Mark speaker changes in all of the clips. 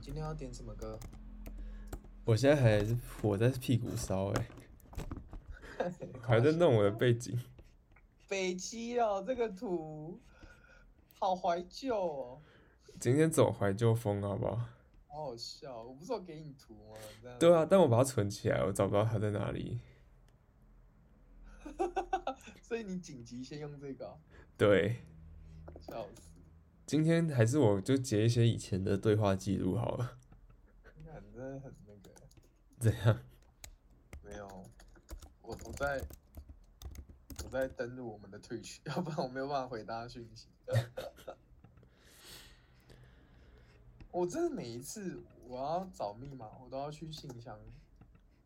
Speaker 1: 今天要点什么歌？
Speaker 2: 我现在还是火在屁股烧哎、 还在弄 我的背景。
Speaker 1: 北七哦，这个图好怀旧哦，
Speaker 2: 今天走怀旧风好不好？
Speaker 1: 好好笑。我不是有给你图吗？这样
Speaker 2: 对啊，但我把它存起来，我找不到它在哪里。
Speaker 1: 所以你紧急先用这个哦、
Speaker 2: 对，
Speaker 1: 笑死！
Speaker 2: 今天还是我就截一些以前的对话记录好了。
Speaker 1: 你看，你真的很那个。
Speaker 2: 怎样？
Speaker 1: 没有，我我在我在登录我们的 Twitch，要 不然我没有办法回答讯息。我真的每一次我要找密码，我都要去信箱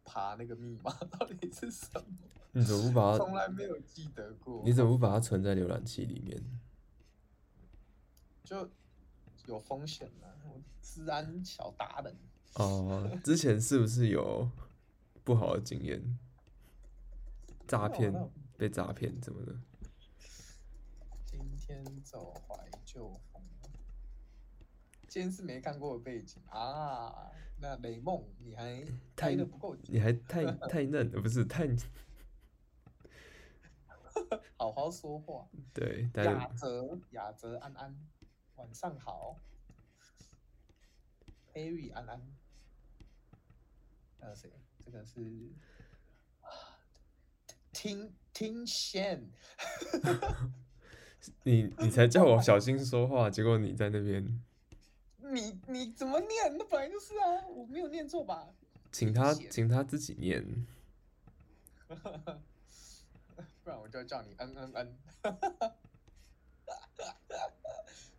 Speaker 1: 爬那个密码 到底是什么，
Speaker 2: 你怎么不把
Speaker 1: 从
Speaker 2: 它？
Speaker 1: 来没有记得过。
Speaker 2: 哦你怎么不把它存在浏览器里面？
Speaker 1: 就有风险呢、我治安小达人，
Speaker 2: 哦，之前是不是有不好的经验？诈骗
Speaker 1: 没有没有
Speaker 2: 被诈骗怎么的？
Speaker 1: 今天走怀旧风。今天是没看过的背景啊，那雷梦你还
Speaker 2: 太
Speaker 1: 拍的不够紧，
Speaker 2: 你还太太嫩了，不是太
Speaker 1: 好好说话。
Speaker 2: 对，但
Speaker 1: 雅泽，雅泽安安，晚上好。Harry 安安，还有谁？这个是啊听听贤，
Speaker 2: 你你才叫我小心说话，结果你在那 边，
Speaker 1: 你你怎么念？那本来就是啊，我没有念错吧？
Speaker 2: 请他
Speaker 1: 谢谢
Speaker 2: 请他自己念，
Speaker 1: 不然我就叫你嗯嗯嗯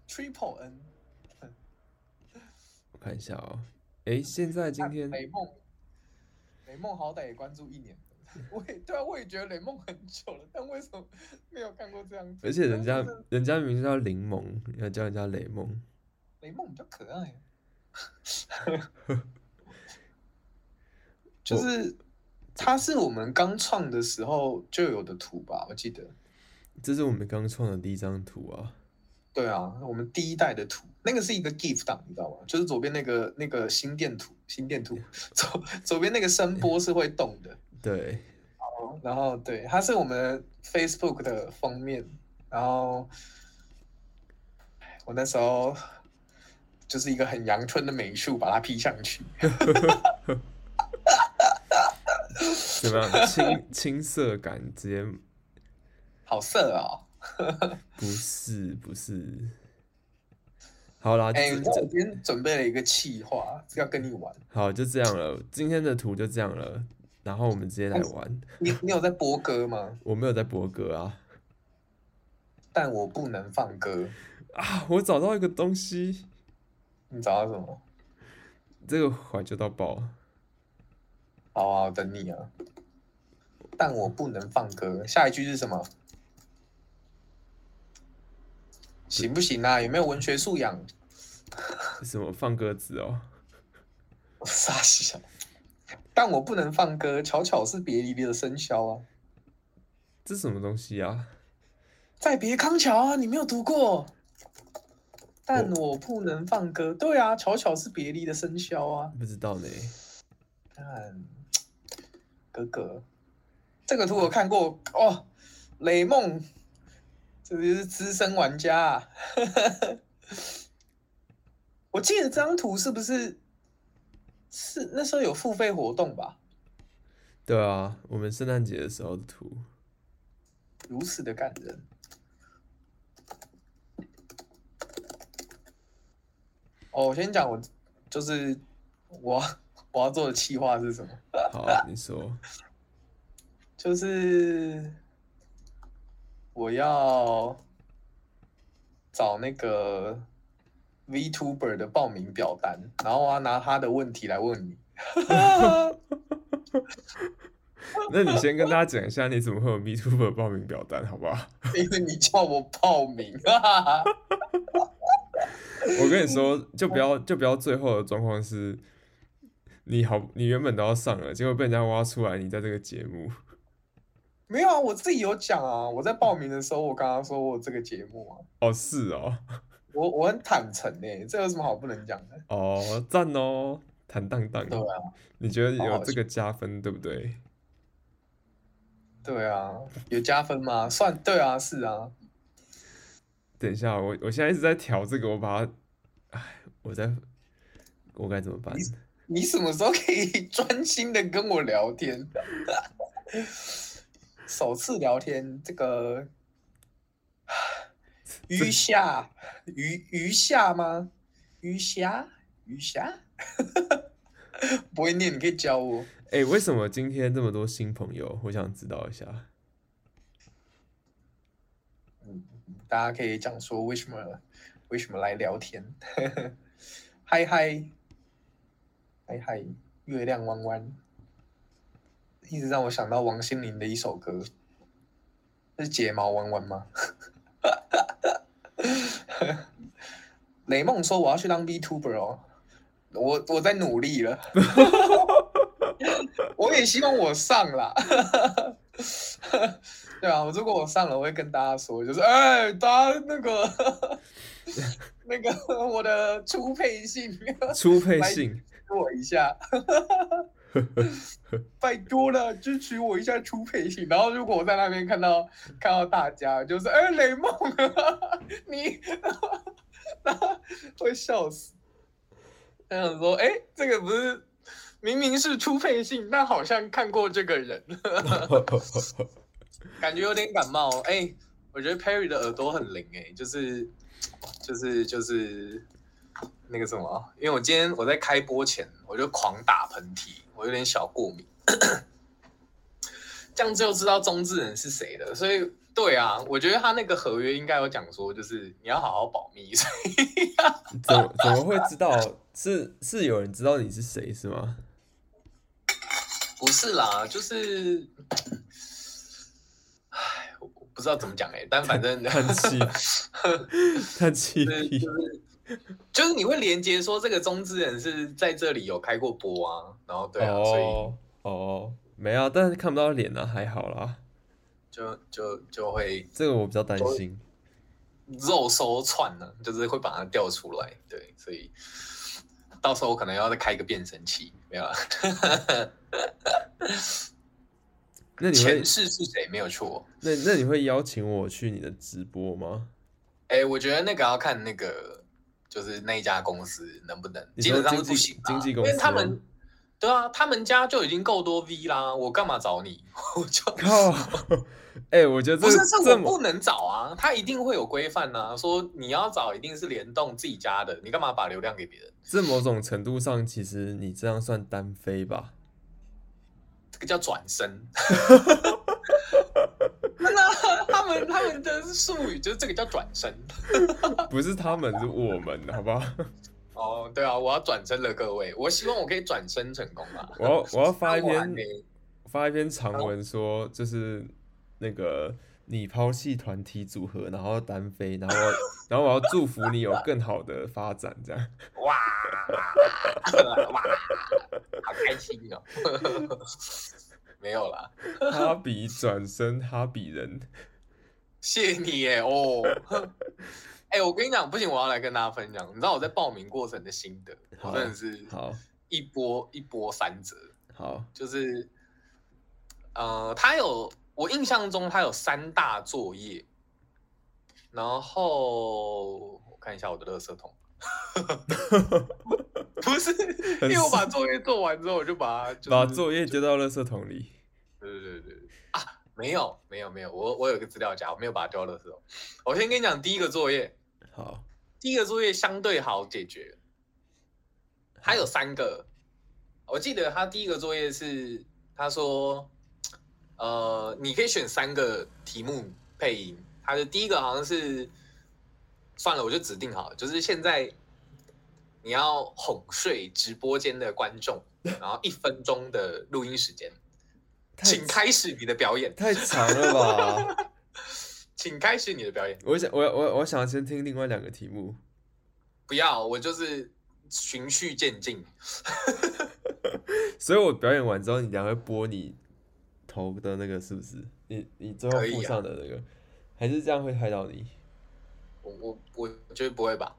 Speaker 1: ，Triple N。
Speaker 2: 我看一下哦。诶，现在今天
Speaker 1: 雷梦，雷梦好歹也关注一年 了，我也对啊，我也觉得雷梦很久了，但为什么没有看过这样子？
Speaker 2: 而且人家
Speaker 1: 但是
Speaker 2: 人家名字叫柠檬，你要叫人家雷蒙。
Speaker 1: 雷梦比较可爱，啊 就是他是我们刚创的时候就有的图吧，我记得。
Speaker 2: 这是我们刚创的第一张图啊，
Speaker 1: 对啊，我们第一代的图，那个是一个 GIF 档，你知道吗？就是左边那个那个心电图，心电图左左边那个声波是会动的。
Speaker 2: 对，
Speaker 1: 然后对，它是我们 Facebook 的封面，然后唉我那时候就是一个很阳春的美术把它 P 上去，
Speaker 2: 怎么 样？青青涩感直接
Speaker 1: 好色哦！
Speaker 2: 不是不是。好啦，
Speaker 1: 哎、你
Speaker 2: 就是
Speaker 1: 知道我今天准备了一个气话，是要跟你玩。
Speaker 2: 好就这样了，今天的图就这样了，然后我们直接来玩。
Speaker 1: 你你有在播歌吗？
Speaker 2: 我没有在播歌啊
Speaker 1: 但我不能放歌，
Speaker 2: 啊！我找到一个东西，
Speaker 1: 你找到什么？
Speaker 2: 这个怀旧到爆。
Speaker 1: 好啊，我等你啊。但我不能放歌。下一句是什么？行不行啊？有没有文学素养？
Speaker 2: 什么放鸽子哦？
Speaker 1: 我傻笑。但我不能放歌，巧巧是别离的笙箫啊，
Speaker 2: 这什么东西啊？
Speaker 1: 再别康桥啊，你没有读过。但我不能放歌，对啊，巧巧是别离的笙箫啊。
Speaker 2: 不知道呢。
Speaker 1: 看，哥哥，这个图我看过哦，雷梦，这就是资深玩家、啊。我记得这张图是不是是那时候有付费活动吧？
Speaker 2: 对啊，我们圣诞节的时候的图，
Speaker 1: 如此的感人。哦，我先讲，我就是我我要做的企划是什么？
Speaker 2: 好，你说
Speaker 1: 就是我要找那个 VTuber 的报名表单，然后我要拿他的问题来问你。
Speaker 2: 那你先跟大家讲一下，你怎么会有 Me Too 的报名表单，好不好？
Speaker 1: 因为你叫我报名，哈哈哈。
Speaker 2: 我跟你说，就不要就不要最后的状况是，你好，你原本都要上了，结果被人家挖出来，你在这个节目，
Speaker 1: 没有啊，我自己有讲啊。我在报名的时候，我刚刚说我有这个节目啊，
Speaker 2: 哦，是哦，
Speaker 1: 我我很坦诚诶、这有什么好不能讲的？
Speaker 2: 哦，赞哦，坦荡荡。
Speaker 1: 对啊，
Speaker 2: 你觉得
Speaker 1: 好
Speaker 2: 有
Speaker 1: 好
Speaker 2: 这个加分，对不对？
Speaker 1: 对啊，有加分吗？算对啊，是啊，
Speaker 2: 等一下，我我现在一直在调这个，我把它，哎，我在，我该怎么办？
Speaker 1: 你什么时候可以 专心的跟我聊天？首次聊天，这个鱼虾鱼鱼虾吗？鱼虾鱼虾， 不会念，你可以教我。
Speaker 2: 哎、为什么今天这么多新朋友？我想知道一下。
Speaker 1: 嗯大家可以讲说为什么为什么来聊天？ 嗨嗨嗨哎嗨，月亮弯弯，一直让我想到王心凌的一首歌，是睫毛弯弯吗？ 雷梦说我要去当 VTuber 哦，我我在努力了， 我也希望我上啦。 对啊，我如果我上了，我会跟大家说，就是哎、大家那个 那个我的初配信
Speaker 2: 初配
Speaker 1: 来
Speaker 2: 信，
Speaker 1: 我一下，拜托了，支持我一下初配信。然后如果我在那边看到看到大家，就是哎、雷梦，啊你， 然后会笑死。他想说，哎、这个不是明明是初配信，但好像看过这个人。感觉有点感冒。哎、我觉得 Perry 的耳朵很灵哎、就是就是就是那个什么，啊因为我今天我在开播前我就狂打喷嚏，我有点小过敏， 这样就知道中之人是谁了。所以对啊，我觉得他那个合约应该有讲说，就是你要好好保密。所以
Speaker 2: 怎么怎么会知道？是是有人知道你是谁是吗？
Speaker 1: 不是啦，就是。唉我我不知道怎么讲哎、但反正
Speaker 2: 叹气，叹气
Speaker 1: 就是
Speaker 2: 屁
Speaker 1: 就！是就是你会连接说这个中之人是在这里有开过播啊，然后对啊，所以
Speaker 2: 哦哦，没啊，但是看不到脸啊，还好啦。
Speaker 1: 就就就会
Speaker 2: 这个我比较担心。
Speaker 1: 肉搜串呢、就是会把它调出来，对，所以到时候我可能要再开一个变声器，没有啦，
Speaker 2: 那你会
Speaker 1: 前世是谁没有错。
Speaker 2: 那那你会邀请我去你的直播吗？
Speaker 1: 哎，我觉得那个要看那个就是那一家公司能不能，
Speaker 2: 你
Speaker 1: 基
Speaker 2: 说
Speaker 1: 本上是
Speaker 2: 经
Speaker 1: 不
Speaker 2: 纪
Speaker 1: 行、啊，
Speaker 2: 经纪
Speaker 1: 因
Speaker 2: 公
Speaker 1: 为
Speaker 2: 司
Speaker 1: 他
Speaker 2: 吗
Speaker 1: 们。对啊，他们家就已经够多 V 啦，我干嘛找你？ 我就
Speaker 2: 靠！哎、我觉得这
Speaker 1: 不是，是
Speaker 2: 这
Speaker 1: 我
Speaker 2: 么
Speaker 1: 不能找啊，他一定会有规范呐，说你要找一定是联动自己家的，你干嘛把流量给别人？
Speaker 2: 这某种程度上，其实你这样算单飞吧？
Speaker 1: 这个叫转身。真的啊，他们他们的术语就是这个叫转身。
Speaker 2: 不是他们，是我们，好不好？
Speaker 1: 哦，对啊，我要转身了，各位，我希望我可以转身成功啊！
Speaker 2: 我要我要发一
Speaker 1: 那我还
Speaker 2: 篇
Speaker 1: 没
Speaker 2: 发一篇长文说，就是那个你抛弃团体组合，然后单飞，然后然后我要祝福你有更好的发展，这样。
Speaker 1: 哇 哇，好开心哦！ 没有啦，
Speaker 2: 哈比转身，哈比人，
Speaker 1: 谢谢你耶哦。 哎、我跟你讲，不行，我要来跟大家分享。你知道我在报名过程的心得，
Speaker 2: 好
Speaker 1: 我真的是
Speaker 2: 好
Speaker 1: 一波一波三折。
Speaker 2: 好，
Speaker 1: 就是，呃，他有我印象中他有三大作业，然后我看一下我的垃圾桶，不是，因为我把作业做完之后，我就把它、就是、
Speaker 2: 把作业丢到垃圾桶里。
Speaker 1: 对对对对对啊，没有没有没有，我我有一个资料夹，我没有把它丢到垃圾桶。我先跟你讲第一个作业，
Speaker 2: 好，
Speaker 1: 第一个作业相对好解决，它有三个。我记得他第一个作业是他说，呃，你可以选三个题目配音。他的第一个好像是，算了，我就指定好了，就是现在你要哄睡直播间的观众，然后一分钟的录音时间，
Speaker 2: 太
Speaker 1: 请开始你的表演，
Speaker 2: 太长了吧？
Speaker 1: 请开始你的表演。
Speaker 2: 我想，我我我想先听另外两个题目。
Speaker 1: 不要，我就是循序渐进。
Speaker 2: 所以我表演完之后，你等下会播你头的那个是不是？你你最后
Speaker 1: 可以
Speaker 2: 附
Speaker 1: 啊
Speaker 2: 上的那个，还是这样会害到你？
Speaker 1: 我我我觉得不会吧？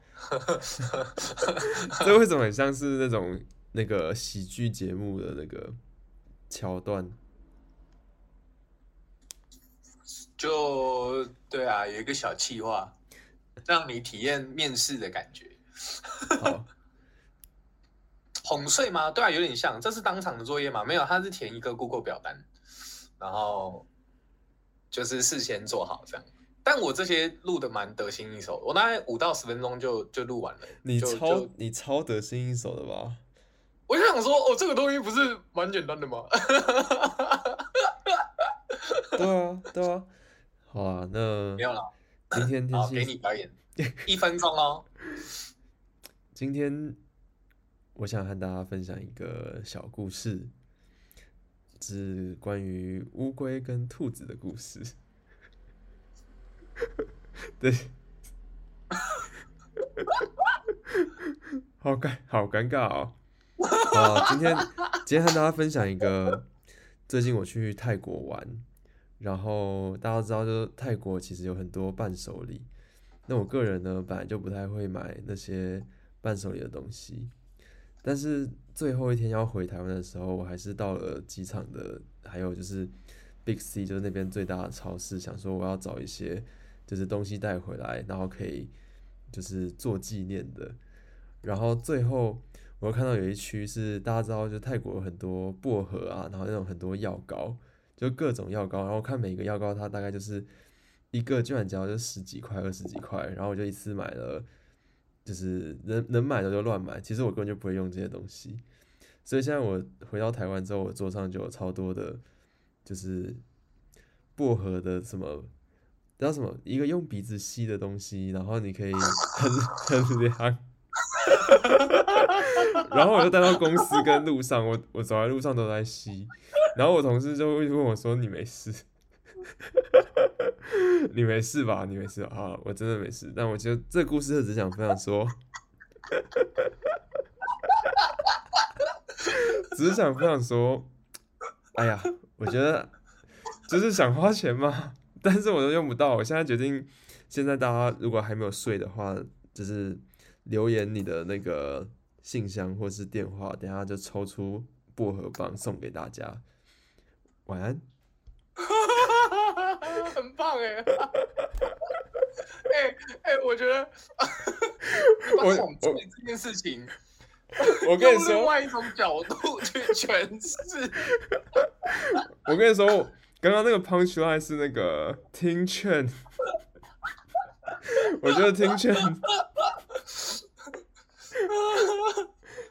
Speaker 2: 这为什么很像是那种那个喜剧节目的那个桥段？
Speaker 1: 就对啊，有一个小气话，让你体验面试的感觉。
Speaker 2: 好，
Speaker 1: 哄睡吗？对啊，有点像。这是当场的作业吗？没有，他是填一个 Google 表单，然后就是事先做好这样。但我这些录的蛮得心应手的，我大概五到十分钟就就录完了。
Speaker 2: 你
Speaker 1: 就
Speaker 2: 超
Speaker 1: 就
Speaker 2: 你超得心应手 的吧？
Speaker 1: 我就想说，哦，这个东西不是蛮简单的吗？
Speaker 2: 对啊，对啊。好啊，那
Speaker 1: 没有啦，
Speaker 2: 今天天
Speaker 1: 好，
Speaker 2: 气
Speaker 1: 给你表演一分钟哦。
Speaker 2: 今天我想和大家分享一个小故事，是关于乌龟跟兔子的故事。 对， 好尴好尴尬哦。 啊，今天今天和大家分享一个，最近我去泰国玩，然后大家都知道，就是泰国其实有很多伴手礼，那我个人呢，本来就不太会买那些伴手礼的东西，但是最后一天要回台湾的时候，我还是到了机场的，还有就是 Big C，就是那边最大的超市，想说我要找一些就是东西带回来，然后可以就是做纪念的。然后最后我又看到有一区是大家知道，就泰国有很多薄荷啊，然后那种很多药膏，就各种药膏，然后我看每个药膏它大概就是一个居然只要就十几块、二十几块，然后我就一次买了，就是能能买的就乱买。其实我根本就不会用这些东西，所以现在我回到台湾之后，我桌上就有超多的，就是薄荷的什么。叫什么？一个用鼻子吸的东西，然后你可以很 很凉，然后我就带到公司跟路上，我我走在路上都在吸， 然后我同事就会问我说：“你没事？ 你没事吧？你没事啊？我真的没事。”但我觉得这故事就只想分享说，只是想分享说，哎呀，我觉得就是想花钱嘛，但是我都用不到。我现在决定，现在大家如果还没有睡的话，就是留言你的那个信箱或是电话，等一下就抽出薄荷棒送给大家。晚安。
Speaker 1: 很棒哎、欸！哎、哎、我觉得 我
Speaker 2: 我我
Speaker 1: 这这件事情，
Speaker 2: 我
Speaker 1: 用
Speaker 2: 跟你
Speaker 1: 另
Speaker 2: 说，
Speaker 1: 外一种角度去诠释，
Speaker 2: 我跟你说，刚刚那个 punch line 是那个听劝， 我觉得听劝，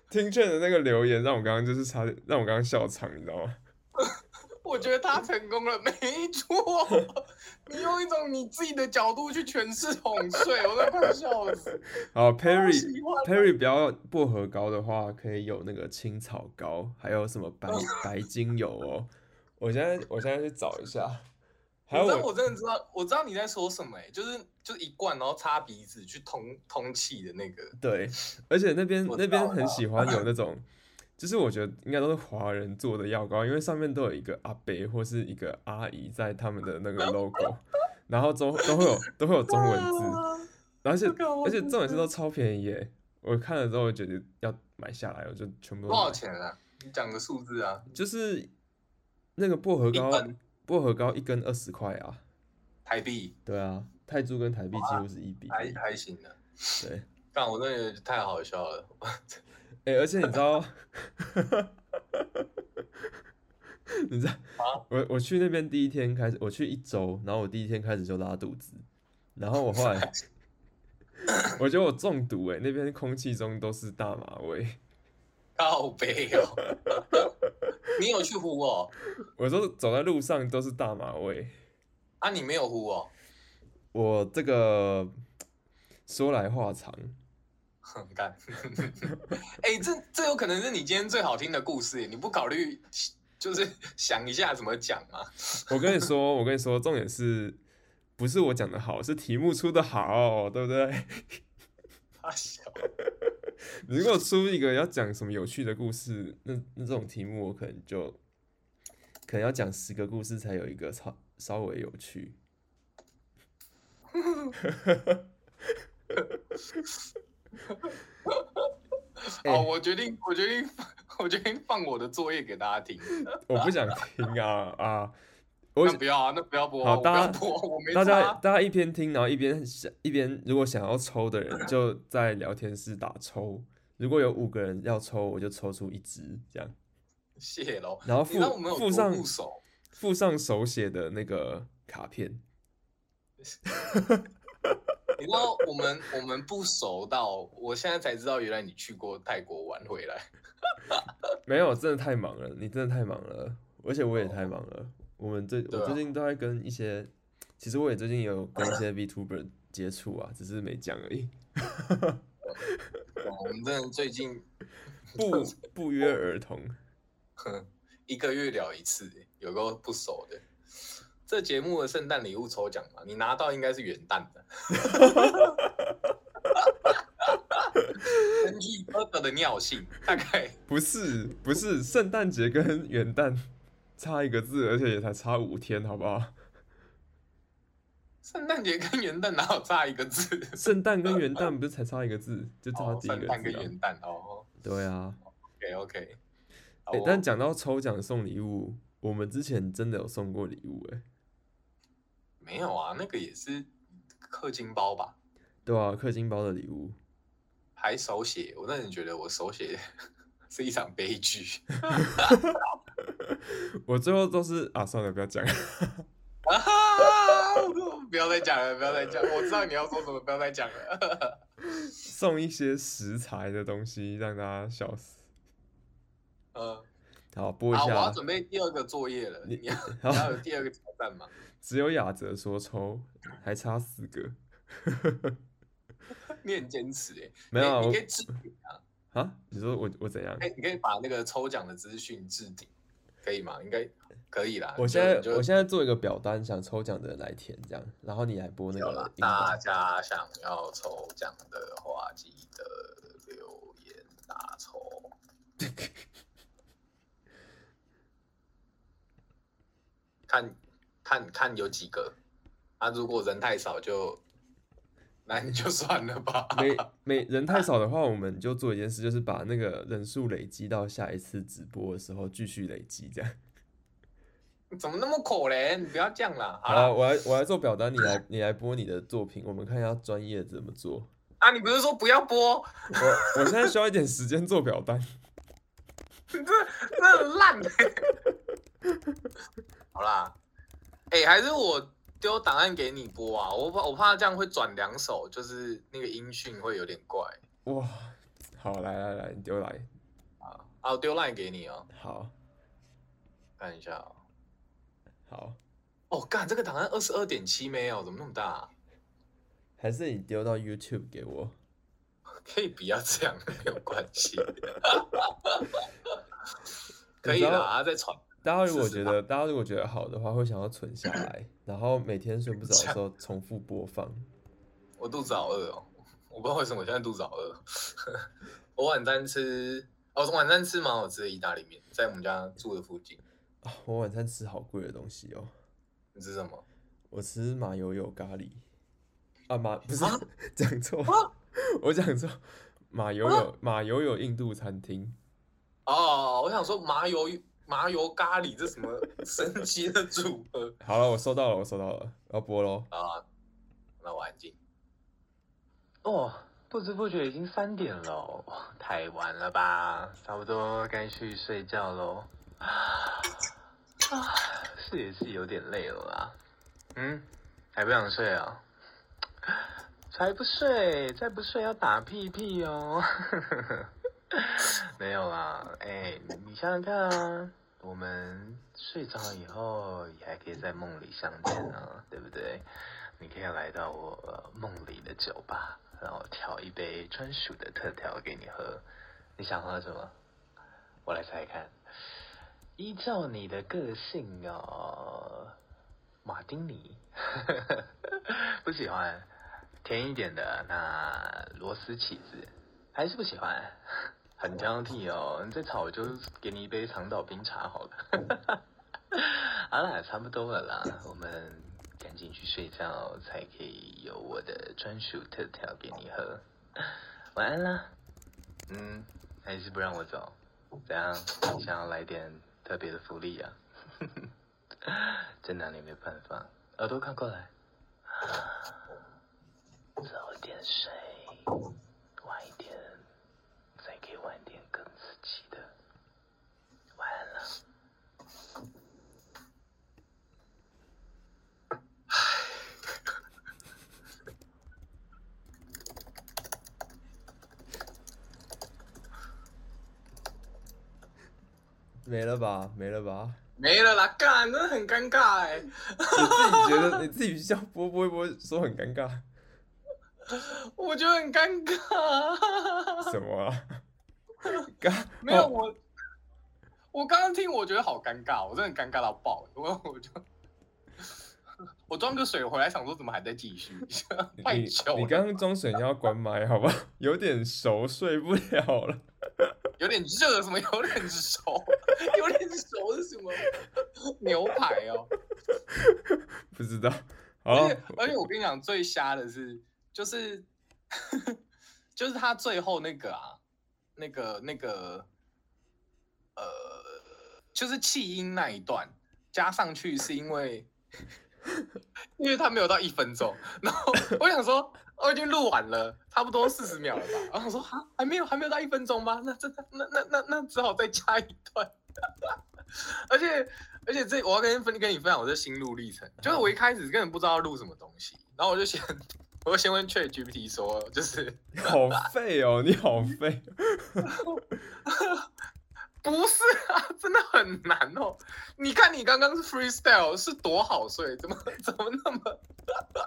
Speaker 2: 听劝的那个留言让我刚刚就是差点让我刚刚笑场，你知道吗？
Speaker 1: 我觉得他成功了，没错。 你用一种你自己的角度去诠释哄睡，我都快笑死。
Speaker 2: 好
Speaker 1: 我喜
Speaker 2: ，Perry
Speaker 1: 欢
Speaker 2: Perry 不要薄荷膏的话，可以有那个青草膏，还有什么 白白精油哦。我现在我现在去找一下，还有
Speaker 1: 我真
Speaker 2: 我
Speaker 1: 的我真的知道，我知道你在说什么、欸，就是就是一罐，然后擦鼻子去通通气的那个。
Speaker 2: 对，而且那边
Speaker 1: 我
Speaker 2: 那
Speaker 1: 知
Speaker 2: 边
Speaker 1: 道
Speaker 2: 很喜欢有那种，就是我觉得应该都是华人做的药膏，因为上面都有一个阿伯或是一个阿姨在他们的那个 logo，然 后中都会有都会有中文字，
Speaker 1: 啊
Speaker 2: 而且
Speaker 1: 这个我
Speaker 2: 而且
Speaker 1: 不
Speaker 2: 重点是
Speaker 1: 知
Speaker 2: 都超便宜耶！我看了之后我觉得要买下来，我就全部都
Speaker 1: 多少
Speaker 2: 买，
Speaker 1: 钱啊？你讲个数字啊！
Speaker 2: 就是那个薄荷
Speaker 1: 一
Speaker 2: 膏
Speaker 1: 本，
Speaker 2: 薄荷膏一根二十块啊，
Speaker 1: 台币
Speaker 2: 对啊，泰铢跟台币几乎是一比
Speaker 1: 还
Speaker 2: 一，
Speaker 1: 还行的、
Speaker 2: 对。
Speaker 1: 但我真的觉得太好笑了。
Speaker 2: 哎、而且你知道， 你知道，我我去那边第一天开始，我去一周，然后我第一天开始就拉肚子，然后我后来，我觉得我中毒哎、那边空气中都是大麻味。
Speaker 1: 靠背哦， 你有去呼哦？
Speaker 2: 我说走在路上都是大麻味，
Speaker 1: 啊，你没有呼哦？
Speaker 2: 我这个说来话长，
Speaker 1: 很干。 哎、这这有可能是你今天最好听的故事耶，你不考虑就是想一下怎么讲吗？
Speaker 2: 我跟你说，我跟你说，重点是不是我讲的好，是题目出的好，对不对？
Speaker 1: 啊，小
Speaker 2: 你如果出一个要讲什么有趣的故事，那那这种题目我可能就可能要讲十个故事才有一个稍稍微有趣。哎
Speaker 1: 哦，我决定，我决定，我决定放我的作业给大家听。
Speaker 2: 我不想听啊 啊！我
Speaker 1: 那不要啊，那不要播啊，
Speaker 2: 好
Speaker 1: 我不
Speaker 2: 大
Speaker 1: 要
Speaker 2: 家
Speaker 1: 播啊，我没
Speaker 2: 大家
Speaker 1: 差。
Speaker 2: 大家一边听，然后一边想一边，如果想要抽的人就在聊天室打抽，如果有五个人要抽，我就抽出一支这样，
Speaker 1: 谢喽。
Speaker 2: 然后
Speaker 1: 你知道我
Speaker 2: 附
Speaker 1: 们有
Speaker 2: 附
Speaker 1: 多
Speaker 2: 上
Speaker 1: 不熟？
Speaker 2: 附上手写的那个卡片。
Speaker 1: 你知道我们我们不熟到，我现在才知道原来你去过泰国玩回来。
Speaker 2: 没有，真的太忙了，你真的太忙了，而且我也太忙了。我们最
Speaker 1: 哦对
Speaker 2: 我最
Speaker 1: 啊
Speaker 2: 近都在跟一些，其实我也最近有跟一些 VTuber 接触啊，只是没讲而 已，
Speaker 1: 哇我们真的最近
Speaker 2: 不不约而同。
Speaker 1: 哼，一个月聊一次，欸有个不熟的。这节目的圣诞礼物抽奖嘛，你拿到应该是元旦的。根据哥哥的尿性，大概
Speaker 2: 不是不是，圣诞节跟元旦差一个字，而且也才差五天，好不好？
Speaker 1: 圣诞节跟元旦哪有差一个字？
Speaker 2: 圣诞跟元旦不是才差一个字，就差
Speaker 1: 哦，
Speaker 2: 第一
Speaker 1: 圣
Speaker 2: 个
Speaker 1: 诞
Speaker 2: 字
Speaker 1: 跟
Speaker 2: 啊。
Speaker 1: 元旦哦。啊
Speaker 2: 对啊，
Speaker 1: OK OK，
Speaker 2: 哎、
Speaker 1: 哦
Speaker 2: 但讲到抽奖送礼物，我们之前真的有送过礼物、欸，
Speaker 1: 没有啊，那个也是氪金包吧，
Speaker 2: 对啊，氪金包的礼物。
Speaker 1: 还手写。我真的觉得我手写 是一场悲剧。
Speaker 2: 我最后都是啊，算了，不要讲。
Speaker 1: 啊 哈！不要再讲了，不要再讲，我知道你要说什么，不要再讲了。
Speaker 2: 送一些食材的东西让大家笑死。
Speaker 1: 嗯，
Speaker 2: 好，播一
Speaker 1: 好，我
Speaker 2: 下
Speaker 1: 要。准备第二个作业了，
Speaker 2: 你
Speaker 1: 你要你要
Speaker 2: 好，
Speaker 1: 有第二个挑战吗？
Speaker 2: 只有雅哲说抽，还差四个。
Speaker 1: 你很坚持哎、
Speaker 2: 没有啊
Speaker 1: 你
Speaker 2: 我
Speaker 1: 你可以置顶啊，
Speaker 2: 啊？你说我我怎样？
Speaker 1: 哎、你可以把那个抽奖的资讯置顶，可以吗？应该可以啦。
Speaker 2: 我
Speaker 1: 你就
Speaker 2: 现在
Speaker 1: 你就
Speaker 2: 我现在做一个表单，想抽奖的人来填，这样，然后你来播那
Speaker 1: 有啦
Speaker 2: 个音
Speaker 1: 大
Speaker 2: 档。
Speaker 1: 家想要抽奖的话，记得留言打抽。 看，看看有几个。啊，如果人太少就，那你就算了吧。
Speaker 2: 每每人太少的话，我们就做一件事，就是把那个人数累积到下一次直播的时候继续累积，这样。
Speaker 1: 怎么那么可怜？你不要这样啦。
Speaker 2: 好
Speaker 1: 好
Speaker 2: 了，
Speaker 1: 啦，
Speaker 2: 我来我来做表单，你来你来播你的作品，我们看一下专业怎么做。
Speaker 1: 啊，你不是说不要播？
Speaker 2: 我我现在需要一点时间做表单。
Speaker 1: 你这这很烂、欸。 好啦，哎、还是我丢档案给你播啊，我怕我怕这样会转两首，就是那个音讯会有点怪
Speaker 2: 哇，好，来来来，你丢来，
Speaker 1: 啊。啊，我丢 line 给你哦，
Speaker 2: 好，
Speaker 1: 看一下哦。
Speaker 2: 好，
Speaker 1: 哦，干，这个档案二十二点七没有，怎么那么大啊、
Speaker 2: 还是你丢到 YouTube 给我。
Speaker 1: 可以不要这样，没有关系。 可
Speaker 2: 你
Speaker 1: 以
Speaker 2: 知道
Speaker 1: 啦，啊再传。
Speaker 2: 大家如果
Speaker 1: 试试
Speaker 2: 觉
Speaker 1: 吧
Speaker 2: 得，大家如果觉得好的话，会想要存下来，然后每天睡不着的时候重复播放。
Speaker 1: 我肚子好饿哦，我不知道为什么我现在肚子好饿。哦 我晚餐吃，哦，晚餐吃蛮好吃的意大利面，在我们家住的附近。
Speaker 2: 啊，我晚餐吃好贵的东西哦，
Speaker 1: 你吃什么？
Speaker 2: 我吃马油油咖喱，啊马不是
Speaker 1: 啊
Speaker 2: 讲错，
Speaker 1: 啊
Speaker 2: 我讲错，马油
Speaker 1: 啊
Speaker 2: 油马油油印度餐厅，
Speaker 1: 哦，我想说麻油麻油咖喱，这什么 神奇的组合
Speaker 2: 好了，我收到了，我收到了，要播喽。
Speaker 1: 啊？那我安静。哦，不知不觉已经三点喽，太晚了吧？差不多该去睡觉喽。啊，是也是有点累了啦。嗯，还不想睡啊？才不睡，再不睡要打屁屁哦。 没有啦，哎、你想想看啊，我们睡着以后也还可以在梦里相见啊，对不对？你可以来到我呃梦里的酒吧，然后调一杯专属的特调给你喝。你想喝什么？我来猜看。依照你的个性哦，马丁尼， 不喜欢甜一点的，那螺丝起子还是不喜欢，很挑剔哦。你再吵我就给你一杯长岛冰茶好了。好啦，差不多了啦，我们赶紧去睡觉，才可以有我的专属特调给你喝。晚安啦。嗯，还是不让我走？怎样？想要来点特别的福利啊？ 真拿你没办法。耳朵靠过来，早点睡，晚一点再给晚一点更刺激的。晚安了。
Speaker 2: 没了吧，没了吧？
Speaker 3: 没了啦，干，真的很尴尬哎、
Speaker 2: 你自己觉得你自己笑播播一播，说很尴尬，
Speaker 3: 我觉得很尴 尬。
Speaker 2: 什么 啊？尬
Speaker 3: 没有
Speaker 2: 哦
Speaker 3: 我，我刚刚听我觉得好尴尬，我真的尴尬到爆。我我就 我装个水回来，想说怎么还在继续，太
Speaker 2: 你
Speaker 3: 糗
Speaker 2: 你
Speaker 3: 了，
Speaker 2: 刚刚装水，你要关麦好吧？有点熟，睡不了了。
Speaker 3: 有点热，什么有点熟， 有点熟是什么？牛排哦。
Speaker 2: 不知道。好
Speaker 3: 而
Speaker 2: 了
Speaker 3: 且，而且我跟你讲，最瞎的是，就是 就是他最后那个啊，那个那个呃，就是气音那一段加上去，是因为因为他没有到一分钟，然后我想说。我已经录完了，差不多四十秒了吧？然后我说哈，还没有，还没有到一分钟吧？那真的，那那那那只好再加一段。 而且而且这我要跟分跟你分享我这心路历程，就是我一开始根本不知道要录什么东西，然后我就先 我就先问 Chat GPT 说，就是
Speaker 2: 你好废哦，你好废。
Speaker 3: 不是啊， 真的很难哦。你看你刚刚是 freestyle 是多好睡，怎么 怎么那么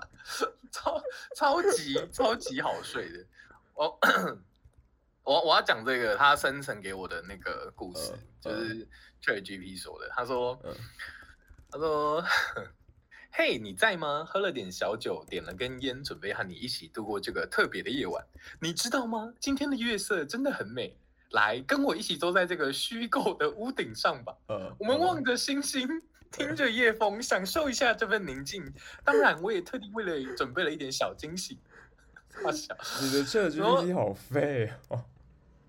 Speaker 3: 超超级超级好睡的？我我我要讲这个，他生成给我的那个故事，就
Speaker 2: 嗯嗯
Speaker 3: 是 Chat GPT 说的，他说。
Speaker 2: 嗯，
Speaker 3: 他说：“嘿，你在吗？喝了点小酒，点了根烟，准备和你一起度过这个特别的夜晚。你知道吗？今天的月色真的很美。来，跟我一起坐在这个虚构的屋顶上吧。
Speaker 2: 呃，
Speaker 3: 我们望着星星，听着夜风，享受一下这份宁静。当然，我也特地为了准备了一点小惊喜。大小
Speaker 2: 你的 ChatGPT 好废哦。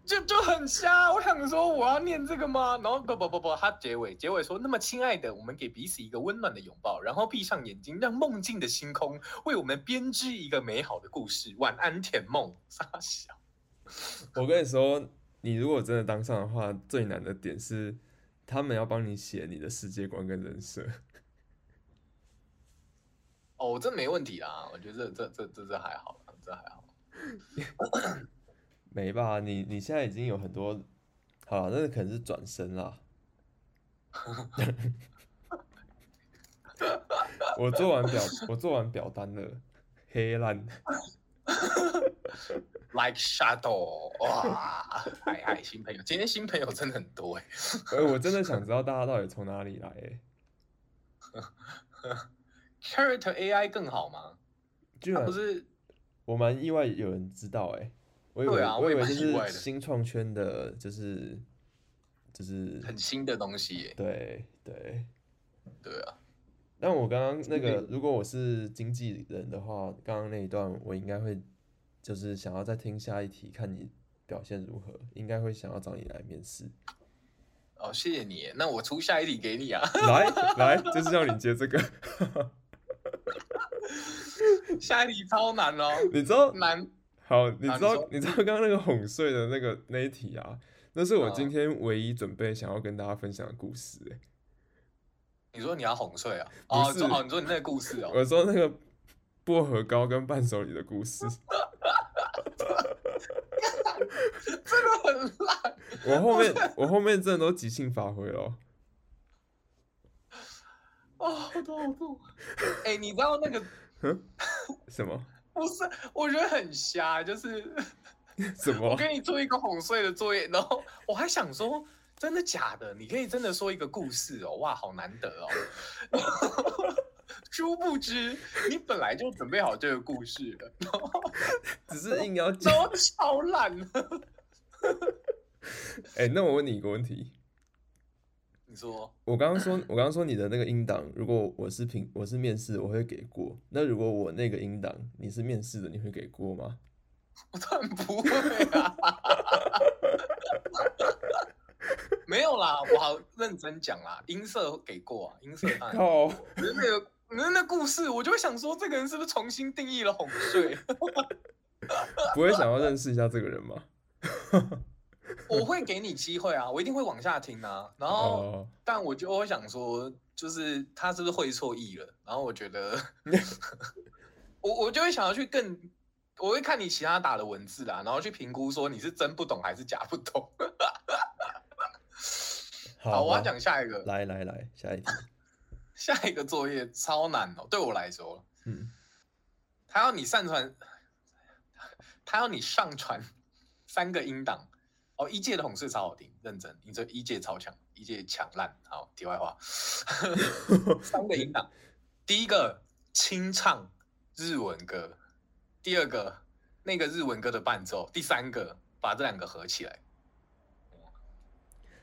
Speaker 3: 就就很瞎，我想说我要念这个吗？然后不不不不，他结尾结尾说，那么亲爱的，我们给彼此一个温暖的拥抱，然后闭上眼睛，让梦境的星空为我们编织一个美好的故事。晚安，甜梦。傻小，
Speaker 2: 我跟你说，你如果真的当上的话，最难的点是他们要帮你写你的世界观跟人设。
Speaker 3: 哦，这没问题啦，我觉得这这这这这还好啦，这还好。
Speaker 2: 没吧？你你现在已经有很多，好了，那可能是转身啦。我做完表，我做完表单了，黑烂。
Speaker 3: Like shadow，哇，哎哎，新朋友，今天新朋友真的很多哎、
Speaker 2: 哎、我真的想知道大家到底从哪里来、欸，
Speaker 3: Character AI 更好吗？
Speaker 2: 居
Speaker 3: 它
Speaker 2: 然
Speaker 3: 啊不是
Speaker 2: 我蛮意外有人知道哎、我以
Speaker 3: 对
Speaker 2: 为、
Speaker 3: 啊
Speaker 2: 我
Speaker 3: 我
Speaker 2: 以
Speaker 3: 也
Speaker 2: 为
Speaker 3: 蛮
Speaker 2: 就
Speaker 3: 意外
Speaker 2: 是
Speaker 3: 的
Speaker 2: 新创圈的，就是就是
Speaker 3: 很新的东西耶、
Speaker 2: 对对。
Speaker 3: 对啊，
Speaker 2: 但我刚刚那
Speaker 3: 经纪
Speaker 2: 个
Speaker 3: 人，
Speaker 2: 如果我是经纪人的话，刚刚那一段我应该会就是想要再听下一题，看你表现如何，应该会想要找你来面试。
Speaker 3: 哦，谢谢你耶，那我出下一题给你啊。
Speaker 2: 来来，就是要你接这个，
Speaker 3: 下一题超难哦，
Speaker 2: 你知道
Speaker 3: 难
Speaker 2: 好，你
Speaker 3: 啊
Speaker 2: 知
Speaker 3: 你
Speaker 2: 道
Speaker 3: 说
Speaker 2: 你知道刚刚那个哄睡的那个那一题啊，那是我今
Speaker 3: 嗯
Speaker 2: 天唯一准备想要跟大家分享的故事、欸。
Speaker 3: 你说你要哄睡啊？
Speaker 2: 不
Speaker 3: 哦，
Speaker 2: 是
Speaker 3: 你说哦，你说你那个故事哦，
Speaker 2: 我说那个薄荷膏跟伴手礼的故事，
Speaker 3: 这个很烂。
Speaker 2: 我后面我后面真的都即兴发挥了。
Speaker 3: 哦，好痛好痛！哎、你知道那个
Speaker 2: 什么
Speaker 3: 不是？我觉得很瞎，就是
Speaker 2: 什
Speaker 3: 我
Speaker 2: 么？
Speaker 3: 给你做一个哄睡的作业，然后我还想说，真的假的？你可以真的说一个故事哦，哇，好难得哦。 殊不知，你本来就准备好这个故事了，然后
Speaker 2: 只是硬要讲
Speaker 3: 然。后超烂了。
Speaker 2: 哎、那我问你一个问题，
Speaker 3: 你你说
Speaker 2: 我刚刚说，我刚刚说你的那个音档，如果我是评我是面试，我会给过。那如果我那个音档你是面试的，你会给过吗？
Speaker 3: 我当然不会啊， 没有啦，我好认真讲啦，音色给过啊，音色当 然。
Speaker 2: 靠，
Speaker 3: 可是那个那那故事，我就会想说，这个人是不是重新定义了哄睡？
Speaker 2: 不会想要认识一下这个人吗？
Speaker 3: 我会给你机会啊，我一定会往下听啊。然后，
Speaker 2: 哦，
Speaker 3: 但我就会想说，就是他是不是会错意了？然后我 觉得，我我就会想要去更，我会看你其他打的文字啦，然后去评估说你是真不懂还是假不懂。
Speaker 2: 好
Speaker 3: 好，我
Speaker 2: 吧
Speaker 3: 要讲下一个，
Speaker 2: 来来来，下一题。
Speaker 3: 下一个作业超难哦，对我来说，
Speaker 2: 嗯，
Speaker 3: 他要你上传，他要你上传三个音档。哦，一届的哄睡超好听，认真，你这一届超强，一届强烂。好，题外话，三个音档，第一个清唱日文歌，第二个那个日文歌的伴奏，第三个把这两个合起来，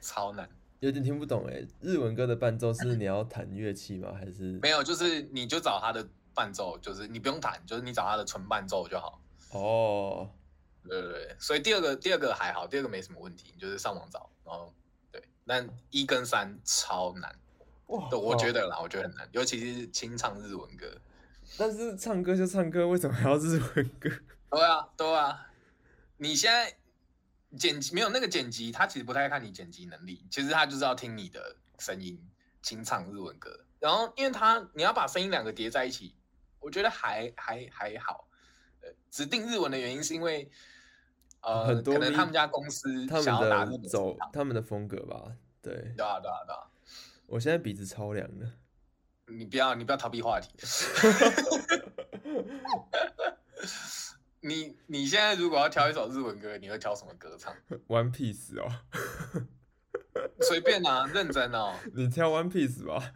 Speaker 3: 超难。
Speaker 2: 有点听不懂哎，日文歌的伴奏是你要弹乐器吗？还是
Speaker 3: 没有，就是你就找他的伴奏，就是你不用弹，就是你找他的纯伴奏就好。
Speaker 2: 哦，
Speaker 3: 对对对，所以第二个第二个还好，第二个没什么问题，你就是上网找，然后对，但一跟三超难，
Speaker 2: 哇
Speaker 3: 对，我觉
Speaker 2: 得，
Speaker 3: 得啦，我觉得很难，尤其是清唱日文歌。
Speaker 2: 但是唱歌就唱歌，为什么还要日文 歌？
Speaker 3: 对啊，对啊，你现在剪辑没有那个剪辑，他其实不太看你剪辑能力，其实他就是要听你的声音清唱日文歌，然后因为他你要把声音两个叠在一起，我觉得还还还好。呃，指定日文的原因是因为呃，
Speaker 2: 很多
Speaker 3: 可能他
Speaker 2: 咪
Speaker 3: 们家公司
Speaker 2: 他
Speaker 3: 想要打日
Speaker 2: 们
Speaker 3: 本
Speaker 2: 的
Speaker 3: 市
Speaker 2: 走
Speaker 3: 场，
Speaker 2: 他们的风格吧。对，
Speaker 3: 对啊对啊对啊，
Speaker 2: 我现在鼻子超凉的。
Speaker 3: 你不要你不要逃避话题。 你你现在如果要挑一首日文歌，你会挑什么歌唱？
Speaker 2: One Piece 哦，
Speaker 3: 随便啊，认真哦。
Speaker 2: 你挑 One Piece 吧。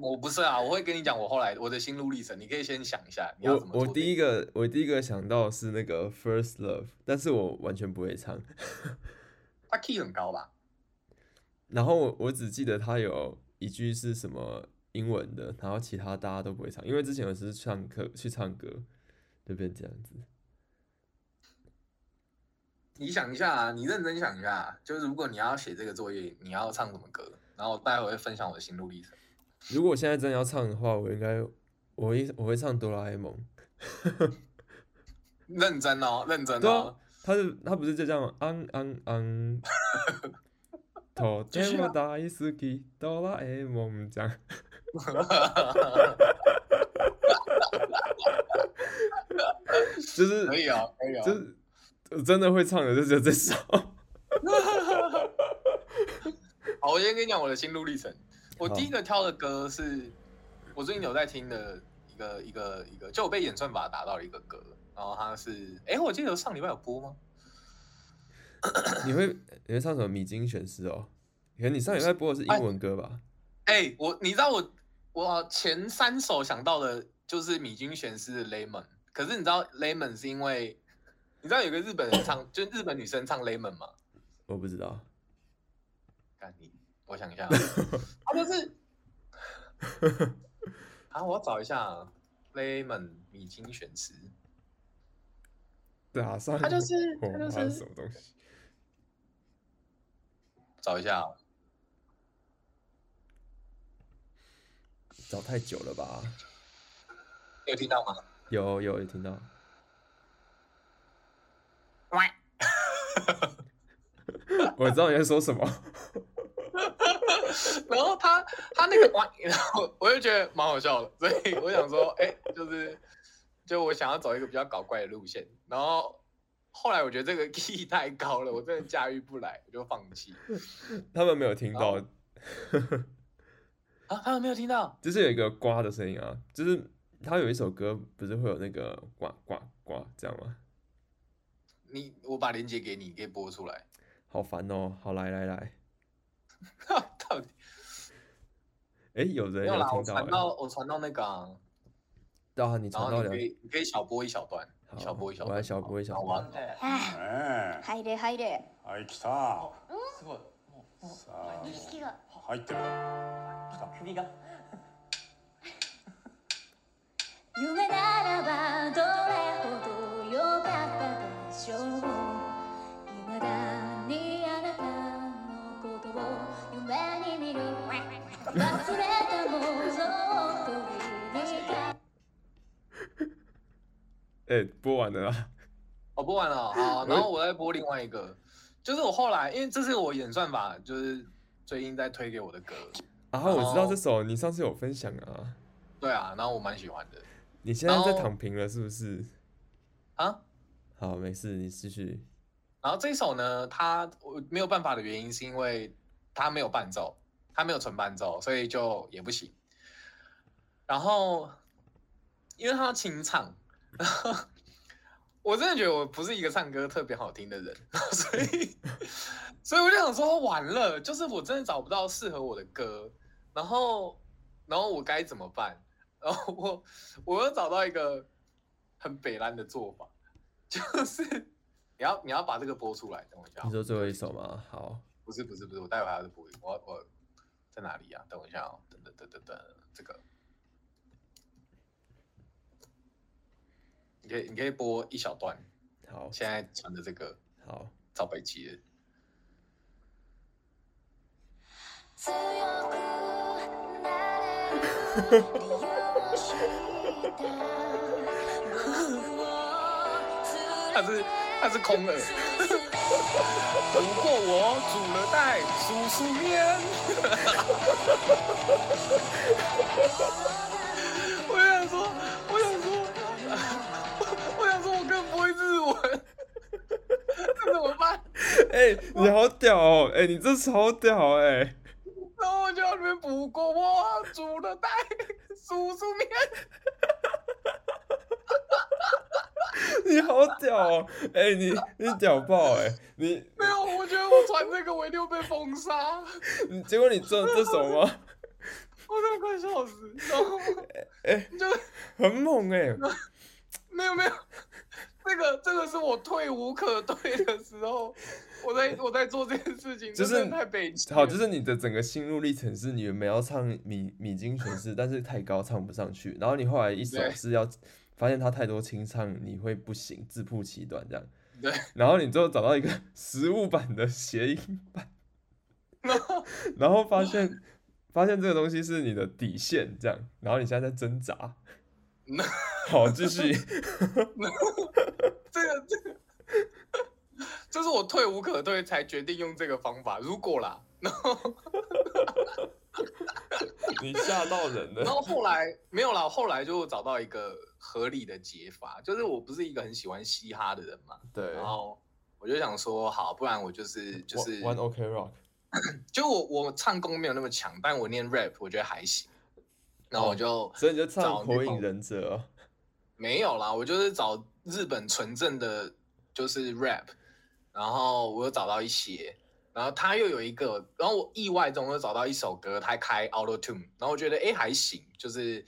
Speaker 3: 我不是啊，我会跟你讲我后来我的心路历程，你可以先想一下你要怎
Speaker 2: 我
Speaker 3: 么
Speaker 2: 我
Speaker 3: 做
Speaker 2: 第一
Speaker 3: 个
Speaker 2: 个我第一个想到是那个 First Love，但是我完全不会唱。
Speaker 3: 他 key 很高吧？
Speaker 2: 然后我我只记得他有一句是什么英文的，然后其他大家都不会唱，因为之前我是唱歌去唱歌，就变这样子。
Speaker 3: 你想一下啊，你认真想一下，啊就是如果你要写这个作业，你要唱什么歌？然后我待会会分享我的心路历程。
Speaker 2: 如果我现在真的要唱的话，我应该我会我会唱哆啦 A 梦。
Speaker 3: 认真哦，认真
Speaker 2: 对啊
Speaker 3: 哦。，
Speaker 2: 他是他不是就这样吗？昂昂 昂，と
Speaker 3: 继
Speaker 2: て
Speaker 3: 续啊
Speaker 2: も大好き哆啦 A 梦这样。 啊就是
Speaker 3: 可以哦，可以哦。
Speaker 2: 就是我真的会唱的就只有这 首。
Speaker 3: 好，我先跟你讲我的心路历程。我
Speaker 2: 好
Speaker 3: 第一个挑的歌是我最近有在听的一个一个一个，就我被演算法打到了一个歌，然后它是，哎，我记得上礼拜有播吗？
Speaker 2: 你会你会唱什么米津玄师哦？可能你上礼拜播的是英文歌吧？
Speaker 3: 哎、我你知道我我前三首想到的就是米津玄师的《Lemon》，可是你知道《Lemon》是因为你知道有个日本人唱，就是日本女生唱《Lemon》吗？
Speaker 2: 我不知道。
Speaker 3: 干你，我想一下啊，他就是啊，我要找一下啊《Lemon》米津玄师，
Speaker 2: 对啊，上
Speaker 3: 他就是
Speaker 2: 我
Speaker 3: 他就
Speaker 2: 妈
Speaker 3: 是
Speaker 2: 什么东西？
Speaker 3: 找一下啊，
Speaker 2: 找太久了吧？
Speaker 3: 你有听到吗？
Speaker 2: 有有有听到。 我知道你在说什么，
Speaker 3: 然后他他那个哇， 然后我就觉得蛮好笑的，所以我想说，哎、就是就我想要走一个比较搞怪的路线，然后后来我觉得这个 key 太高了，我真的驾驭不来，我就放弃。
Speaker 2: 他们没有听到，
Speaker 3: 哦啊，他们没有听到，
Speaker 2: 就是有一个呱的声音啊，就是他有一首歌不是会有那个呱呱呱这样吗？
Speaker 3: 你我把链接给你，你可以播出来。
Speaker 2: 好烦哦！好来来来，
Speaker 3: 到底
Speaker 2: 哎，有人
Speaker 3: 没有啦，我
Speaker 2: 听到
Speaker 3: 传
Speaker 2: 欸，
Speaker 3: 到我传到那个、啊，
Speaker 2: 到啊，你
Speaker 3: 然
Speaker 2: 传
Speaker 3: 后
Speaker 2: 到
Speaker 3: 你
Speaker 2: 了
Speaker 3: 可，以你可以小播一小段，
Speaker 2: 好
Speaker 3: 小播一小
Speaker 2: 我
Speaker 3: 段，
Speaker 2: 来小播一小
Speaker 3: 好
Speaker 2: 段
Speaker 3: 玩。
Speaker 4: あ
Speaker 5: ね
Speaker 4: あ入れ入れ
Speaker 5: えはい来たさ
Speaker 4: 意識が入ってる
Speaker 5: 首が
Speaker 6: 夢ならばどれほど良かったでしょう未だにあなたのことを夢に見る忘れたものを取りに帰
Speaker 2: 哎、播完了啦。
Speaker 3: 我哦播完了，
Speaker 2: 哎
Speaker 3: 好，然后我再播另外一个，就是我后来，因为这是我演算法，就是最近在推给我的歌，
Speaker 2: 啊，我知道
Speaker 3: 哦
Speaker 2: 这首，你上次有分享啊。
Speaker 3: 对啊，然后我蛮喜欢的
Speaker 2: 你现在在
Speaker 3: 哦
Speaker 2: 躺平了是不是？
Speaker 3: 啊。
Speaker 2: 好，没事，你继续。
Speaker 3: 然后这一首呢，它我没有办法的原因是因为它没有伴奏，它没有纯伴奏，所以就也不行。然后因为它要清唱，然后我真的觉得我不是一个唱歌特别好听的人， 所以所以我就想说完了，就是我真的找不到适合我的歌，然后然后我该怎么办？然后我我又找到一个很北兰的做法，就是 你要你要把这个播出来，等我一下
Speaker 2: 你。说最后一首吗？好，
Speaker 3: 不是不是不是，我待会还要再补一个。我我在哪里呀、等我一下哦，等等等等等，这个你可以你可以播一小段，
Speaker 2: 好，
Speaker 3: 现在传的这个
Speaker 2: 好，
Speaker 3: 赵北齐的。
Speaker 6: 強くなれる理由を知った
Speaker 3: 他
Speaker 6: 僕を連
Speaker 3: 是
Speaker 6: れて
Speaker 3: 他是空耳，不过我煮了袋叔叔面。 我想说，我想说，我想说， 我更不会日文， 这怎么办？
Speaker 2: 哎、你好屌哦！哎、你这超屌哎、
Speaker 3: 然后我就要你们补锅，我煮了袋叔叔面。
Speaker 2: 你好屌哦！哎、你你屌爆哎、你
Speaker 3: 没有，我觉得我传这个我一定会被封杀，我
Speaker 2: 你结果你中了这首吗？
Speaker 3: 真的快笑死。然后
Speaker 2: 哎、
Speaker 3: 就
Speaker 2: 很猛哎、
Speaker 3: 没有没有，这个这个是我退无可退的时候，我在我在做这件事情，
Speaker 2: 就
Speaker 3: 这
Speaker 2: 是
Speaker 3: 真的太悲情了。
Speaker 2: 好，就是你的整个心路历程是你原本要唱米米津玄师，但是太高唱不上去，然后你后来一首
Speaker 3: 对
Speaker 2: 是要发现它太多清唱，你会不行，自曝其短这样，
Speaker 3: 对，
Speaker 2: 然后你最后找到一个实物版的谐音版，然后发现发现这个东西是你的底线这样，然后你现在在挣扎。好，继续。
Speaker 3: 这个这个， 就是我退无可退才决定用这个方法。如果啦，
Speaker 2: 你吓到人
Speaker 3: 然
Speaker 2: 了。
Speaker 3: 后后来没有啦，后来就找到一个合理的解法，就是我不是一个很喜欢嘻哈的人嘛，
Speaker 2: 对，
Speaker 3: 然后我就想说，好，不然我就是就是
Speaker 2: One OK Rock。
Speaker 3: 就我我唱功没有那么强，但我念 rap 我觉得还行，然后我就、
Speaker 2: 哦所以你就唱
Speaker 3: 找
Speaker 2: 《火
Speaker 3: 那
Speaker 2: 影
Speaker 3: 种
Speaker 2: 忍者》哦，
Speaker 3: 没有啦，我就是找日本纯正的，就是 rap，然后我又找到一些，然后他又有一个，然后我意外中又找到一首歌，他开 Auto Tune，然后我觉得哎还行，就是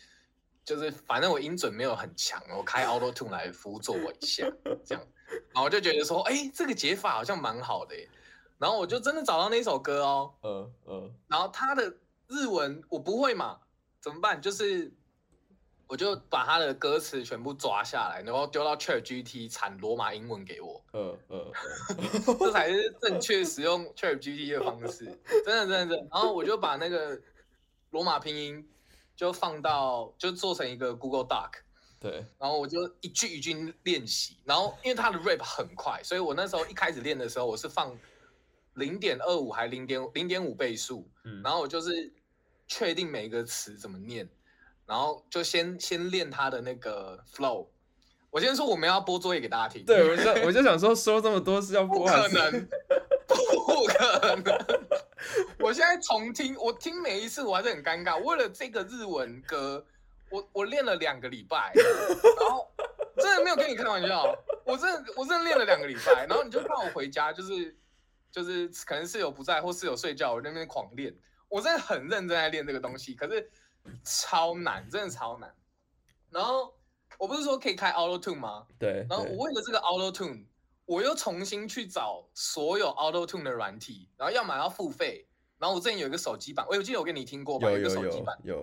Speaker 3: 就是反正我音准没有很强，我开 Auto Tune 来辅佐我一下，这样，然后我就觉得说，哎，这个解法好像蛮好的耶，然后我就真的找到那首歌哦，
Speaker 2: 呃呃，
Speaker 3: 然后他的日文我不会嘛，怎么办？就是我就把他的歌词全部抓下来，然后丢到 Chat GT 产罗马英文给我，
Speaker 2: 呃呃，
Speaker 3: 这才是正确使用 Chat GT 的方式，真的真的真的。然后我就把那个罗马拼音就放到就做成一个 Google Doc，
Speaker 2: 对，
Speaker 3: 然后我就一句一句练习，然后因为他的 rap 很快，所以我那时候一开始练的时候，我是放零点二五还零点零点五倍速，
Speaker 2: 嗯
Speaker 3: 然后我就是确定每一个词怎么念，然后就先先练他的那个 flow。我先说我们要播作业给大家听，
Speaker 2: 对，我就我就想说，说这么多是要
Speaker 3: 不
Speaker 2: 播啊
Speaker 3: 可
Speaker 2: 完，
Speaker 3: 能，不可能！我现在重听，我听每一次我还是很尴尬。为了这个日文歌，我我练了两个礼拜，然后真的没有跟你开玩笑，我真的我真的练了两个礼拜。然后你就看我回家，就是就是可能室友不在或室友睡觉，我在那边狂练。我真的很认真在练这个东西，可是超难，真的超难。然后我不是说可以开 Auto Tune 吗？
Speaker 2: 对，
Speaker 3: 然后
Speaker 2: 对
Speaker 3: 我为了这个 Auto Tune，我又重新去找所有 Auto Tune 的软体，然后要么要付费，然后我之前有一个手机版，我有记得我跟你听过吧，
Speaker 2: 有
Speaker 3: 一个
Speaker 2: 有
Speaker 3: 手机
Speaker 2: 有
Speaker 3: 版，
Speaker 2: 有，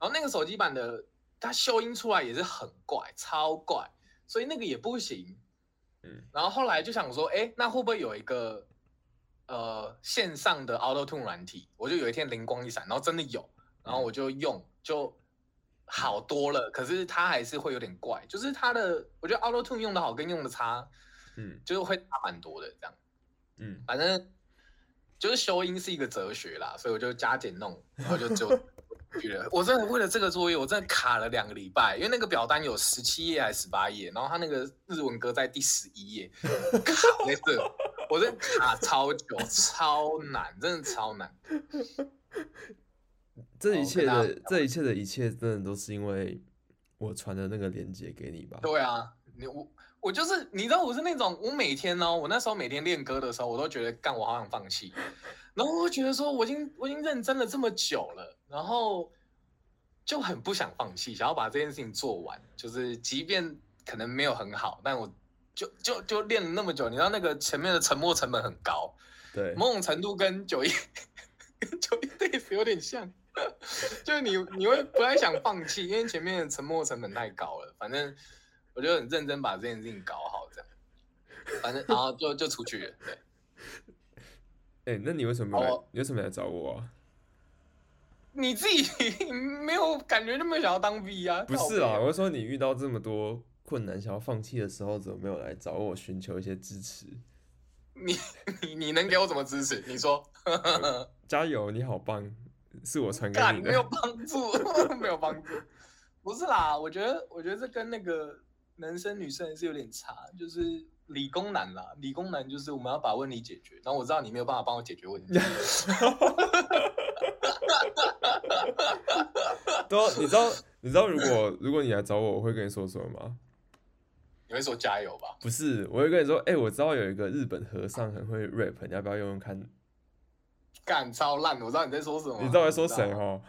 Speaker 3: 然后那个手机版的它修音出来也是很怪，超怪，所以那个也不行。
Speaker 2: 嗯，
Speaker 3: 然后后来就想说，哎，那会不会有一个呃线上的 Auto Tune 软体？我就有一天灵光一闪，然后真的有，然后我就用，就好多了。可是它还是会有点怪，就是它的，我觉得 Auto Tune 用的好跟用的差，
Speaker 2: 嗯
Speaker 3: 就是会差蛮多的这样。
Speaker 2: 嗯，
Speaker 3: 反正就是修音是一个哲学啦，所以我就加减弄，然后就就去了。我真的为了这个作业，我真的卡了两个礼拜，因为那个表单有十七页还是十八页，然后他那个日文歌在第十一页，卡在这，我真的卡超久，超难，真的超难。
Speaker 2: 这
Speaker 3: 哦
Speaker 2: 一
Speaker 3: 跟
Speaker 2: 切
Speaker 3: 大家
Speaker 2: 的这一切的一切，真的都是因为我传的那个链接给你吧？
Speaker 3: 对啊，你我我就是你知道我是那种，我每天呢，我那时候每天练歌的时候，我都觉得干我好想放弃，然后我觉得说我已经我已经认真了这么久了，然后就很不想放弃，想要把这件事情做完，就是即便可能没有很好，但我就就就练了那么久，你知道那个前面的沉没成本很高，
Speaker 2: 对，
Speaker 3: 某种程度跟九一跟九一 days 有点像， 就是你你会不太想放弃，因为前面的沉没成本太高了。反正我就很认真把这件事情搞好，这样。反正然后就就出去了，对，
Speaker 2: 哎，那你为什么没有来
Speaker 3: 哦？
Speaker 2: 你为什么没来找我啊？
Speaker 3: 你自己 没有感觉就没有想要当 V 啊？
Speaker 2: 不
Speaker 3: 靠
Speaker 2: 是
Speaker 3: 北
Speaker 2: 啊，我是说你遇到这么多困难，想要放弃的时候，怎么没有来找我寻求一些支持？
Speaker 3: 你你你能给我什么支持？你说，
Speaker 2: 加油，你好棒，是我传给
Speaker 3: 干
Speaker 2: 你
Speaker 3: 没有
Speaker 2: 的。
Speaker 3: 帮助， 没有帮助。不是啦，我觉得我觉得这跟那个男生女生还是有点差，就是理工男啦，理工男就是我们要把问题解决，然后我知道你没有办法帮我解决问 题，
Speaker 2: 对啊，你知道你知道如果如果你来找我，我会跟你说什么吗？
Speaker 3: 你会说加油吧？
Speaker 2: 不是，我会跟你说，哎、我知道有一个日本和尚很会 rap，你要不要用用看？你
Speaker 3: 干超烂，我知道你在说什么，
Speaker 2: 知道我在说谁
Speaker 3: 哦？
Speaker 2: 哦？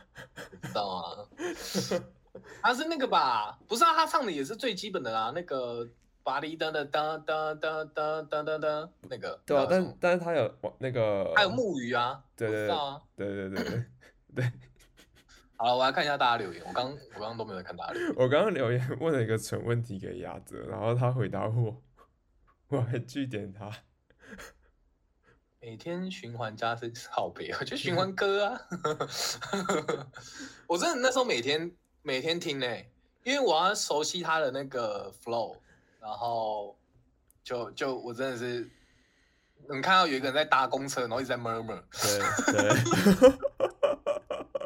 Speaker 3: 知道啊， 他是那个吧？不是啊，他唱的也是最基本的啦，那个巴黎噔噔噔噔噔噔噔噔噔那个，
Speaker 2: 对啊，
Speaker 3: 那个什
Speaker 2: 但
Speaker 3: 么
Speaker 2: 但是他有那个，
Speaker 3: 还有木鱼啊，
Speaker 2: 对对
Speaker 3: 我知
Speaker 2: 对
Speaker 3: 道啊。
Speaker 2: 对对对对，
Speaker 3: 好了，我来看一下大家留言。我刚我刚刚都没有在看大家留言。
Speaker 2: 我刚刚留言问了一个蠢问题给亚泽，然后他回答我， 我还据点他。
Speaker 3: 每天循环加是好悲，我就循环歌啊。 我真的那时候每天每天听呢、欸因为我要熟悉他的那个 flow，然后就就我真的是，能看到有一个人在搭公车，然后一直在 murmur，
Speaker 2: 对对，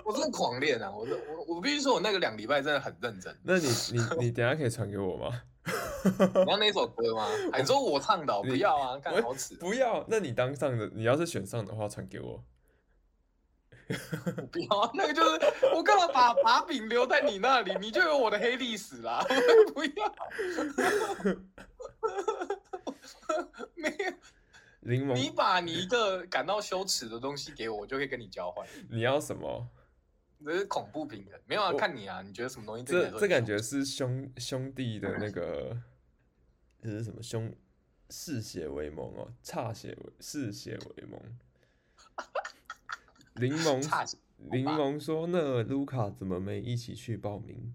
Speaker 3: 我真的狂练啊！我我我必须说，我那个两礼拜真的很认真。
Speaker 2: 那你你你等一下可以传给我 吗？
Speaker 3: 你要那首歌吗？还说我唱的哦、不要啊，干
Speaker 2: 我
Speaker 3: 好耻，
Speaker 2: 不要，那你当上的，你要是选上的话，传给我。
Speaker 3: 我不要啊， 那个就是我干嘛把把柄留在你那里，你就有我的黑历史啦， 我不要。没有，
Speaker 2: 柠 檬，
Speaker 3: 你把你一个感到羞耻的东西给我，我就可以跟你交换，
Speaker 2: 你要什么？
Speaker 3: 这是恐怖平衡。没有啊，
Speaker 2: 我
Speaker 3: 看你啊，你觉得什么东西对你
Speaker 2: 这
Speaker 3: 来说
Speaker 2: 这
Speaker 3: 很
Speaker 2: 感
Speaker 3: 羞
Speaker 2: 觉是兄兄弟的那个，这是什么兄嗜血为盟哦，歃血为嗜血为 盟。柠檬
Speaker 3: 耻，差
Speaker 2: 柠檬说：“那卢卡怎么没一起去报名？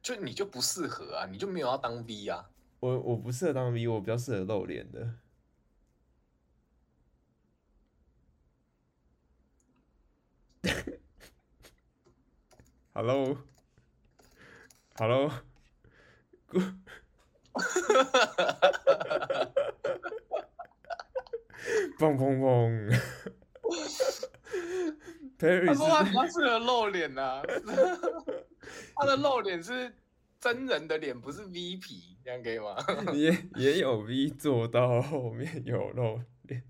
Speaker 3: 就你就不适合啊，你就没有要当 V 啊。
Speaker 2: 我我不适合当 V，我比较适合露脸的。Hello，Hello，砰砰 砰！Perry
Speaker 3: 他说他
Speaker 2: 是
Speaker 3: 比较适合露脸呐、啊， 他的露脸是真人的脸，不是 V 皮，这样可以吗？
Speaker 2: 也也有 V 做到后面有露脸，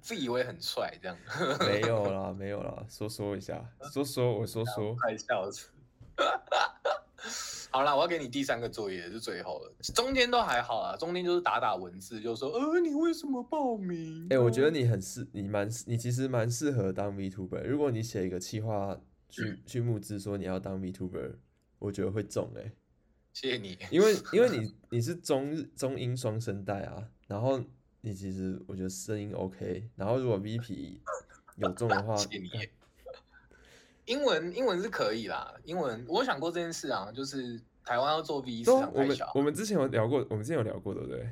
Speaker 3: 自以为很帅这样，
Speaker 2: 没有啦，没有啦，说说一下，说说我说说，
Speaker 3: 快笑死。 好啦，我要给你第三个作业，是最后了。中间都还好啊啦，中间就是打打文字，就说呃你为什么报名？嗯
Speaker 2: 哎、我觉得你很适，你蛮，你其实蛮适合当 VTuber。如果你嗯写一个企划去去募资说你要当 VTuber，我觉得会中哎、
Speaker 3: 谢谢你。，
Speaker 2: 因为因为你你是中日中英双声带啊，然后你其实我觉得声音 OK，然后如果 VP 有中的话
Speaker 3: 谢谢你。英文英文是可以啦，英文我想过这件事啊，就是台湾要做 V 市
Speaker 2: 对啊
Speaker 3: 场
Speaker 2: 我
Speaker 3: 太
Speaker 2: 们
Speaker 3: 小，
Speaker 2: 我们之前有聊过，我们之前有聊过，对不对？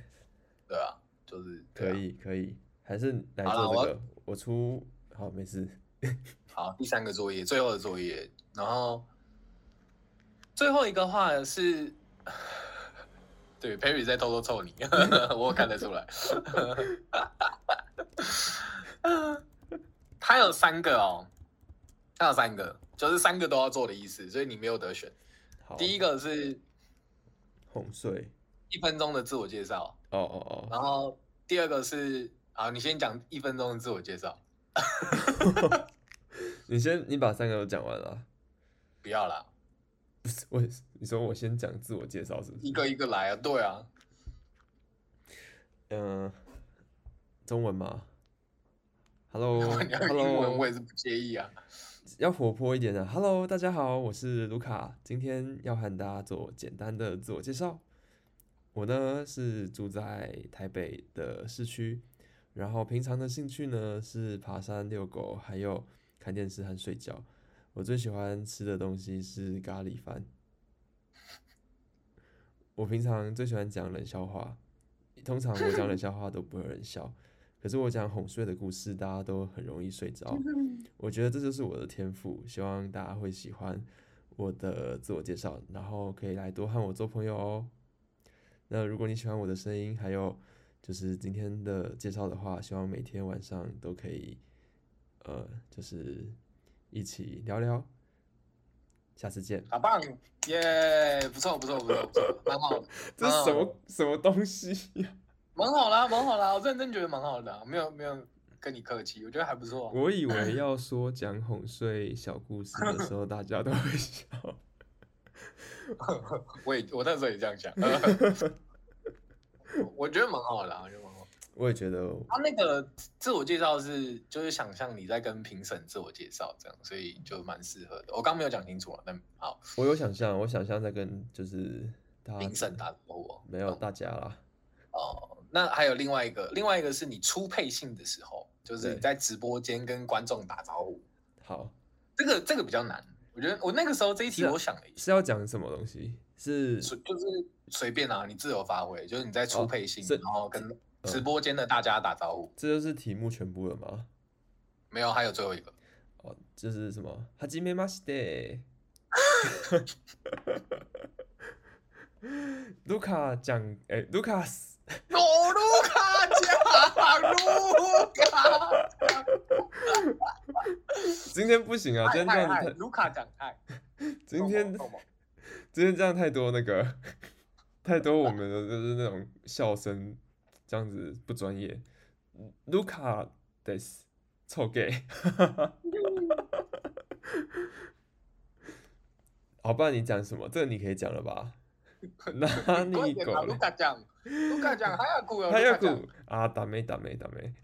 Speaker 3: 对啊，就是
Speaker 2: 可
Speaker 3: 对啊
Speaker 2: 以可以，还是来
Speaker 3: 好啦
Speaker 2: 做
Speaker 3: 我
Speaker 2: 这个，我出好没事，
Speaker 3: 好，第三个作业，最后的作业，然后最后一个话是，对，Perry 在偷偷凑你， 我看得出来。他有三个哦，他有三个，就是三个都要做的意思，所以你没有得选。
Speaker 2: 好，
Speaker 3: 第一个是
Speaker 2: 哄睡，
Speaker 3: 一分钟的自我介绍，
Speaker 2: 哦哦哦，
Speaker 3: 然后第二个是啊，你先讲一分钟的自我介绍，
Speaker 2: 你先你把三个都讲完了，
Speaker 3: 不要啦，
Speaker 2: 我你说我先讲自我介绍是不是
Speaker 3: 一？个一个来啊，对啊，
Speaker 2: 嗯、中文吗
Speaker 3: 如
Speaker 2: ？Hello
Speaker 3: 果你要英文，我
Speaker 2: Hello，
Speaker 3: 也是不介意啊。
Speaker 2: 要活泼一点的。Hello，大家好，我是卢卡，今天要和大家做简单的自我介绍。我呢是住在台北的市区，然后平常的兴趣呢是爬山、遛狗，还有看电视和睡觉。我最喜欢吃的东西是咖喱饭。我平常最喜欢讲冷笑话，通常我讲冷笑话都不会有人笑，可是我讲哄睡的故事，大家都很容易睡着。我觉得这就是我的天赋，希望大家会喜欢我的自我介绍，然后可以来多和我做朋友哦。那如果你喜欢我的声音，还有就是今天的介绍的话，希望每天晚上都可以，呃，就是一起聊聊。下次见。
Speaker 3: 好棒，耶、不错不错不错不错，蛮好的，
Speaker 2: 这是什么、什么东西呀、
Speaker 3: 蛮好啦，蛮好啦，我认真觉得蛮好的啊、没有没有跟你客气，我觉得还不错啊、
Speaker 2: 我以为要说讲哄睡小故事的时候，大家都会笑。
Speaker 3: 我也我那时候也这 样想，我觉得蛮好的啦，我觉得蛮好的。
Speaker 2: 我也觉得
Speaker 3: 他那个自我介绍是就是想象你在跟评审自我介绍这样，所以就蛮适合的。我刚没有讲清楚啊，但好，
Speaker 2: 我有想象，我想象在跟就是大家
Speaker 3: 评审打过我
Speaker 2: 啊没有大家啦，
Speaker 3: 哦。那还有另外一个，另外一个是你出配信的时候，就是你
Speaker 2: 对
Speaker 3: 在直播间跟观众打招呼，
Speaker 2: 好
Speaker 3: 这个这个比较难。我觉得我那个时候这一题
Speaker 2: 是啊
Speaker 3: 我想了一下。
Speaker 2: 是要讲什么东西？是
Speaker 3: 随就是随便啊，你自由发挥，就是你在出
Speaker 2: 哦
Speaker 3: 配信，
Speaker 2: 是嗯
Speaker 3: 然后跟直播间的大家打招呼。
Speaker 2: 这就是题目全部了吗？
Speaker 3: 没有，还有最后一个，
Speaker 2: 哦，就是什么哈基梅马西 德，卢卡讲哎，卢卡斯，
Speaker 3: 诺卢卡加卢卡，
Speaker 2: 今天不行啊，今
Speaker 3: 嗨
Speaker 2: 天这样
Speaker 3: 嗨嗨，
Speaker 2: 子
Speaker 3: 卢卡讲嗨，哦
Speaker 2: 太， 今天
Speaker 3: 够吗
Speaker 2: 今天这样太多那个， 太多我们的就是那种笑声，这样子不专业。卢卡 this 臭 gay，好，不然你讲什么？这个你可以讲了 吧？哪
Speaker 3: 够吗
Speaker 2: 里
Speaker 3: 你快点啊
Speaker 2: 狗
Speaker 3: 卢
Speaker 2: 嘞？
Speaker 3: 卡讲，卢卡 讲还要哭哦，
Speaker 2: 他
Speaker 3: 卢
Speaker 2: 要
Speaker 3: 卡讲
Speaker 2: 哭啊！打没打没打没，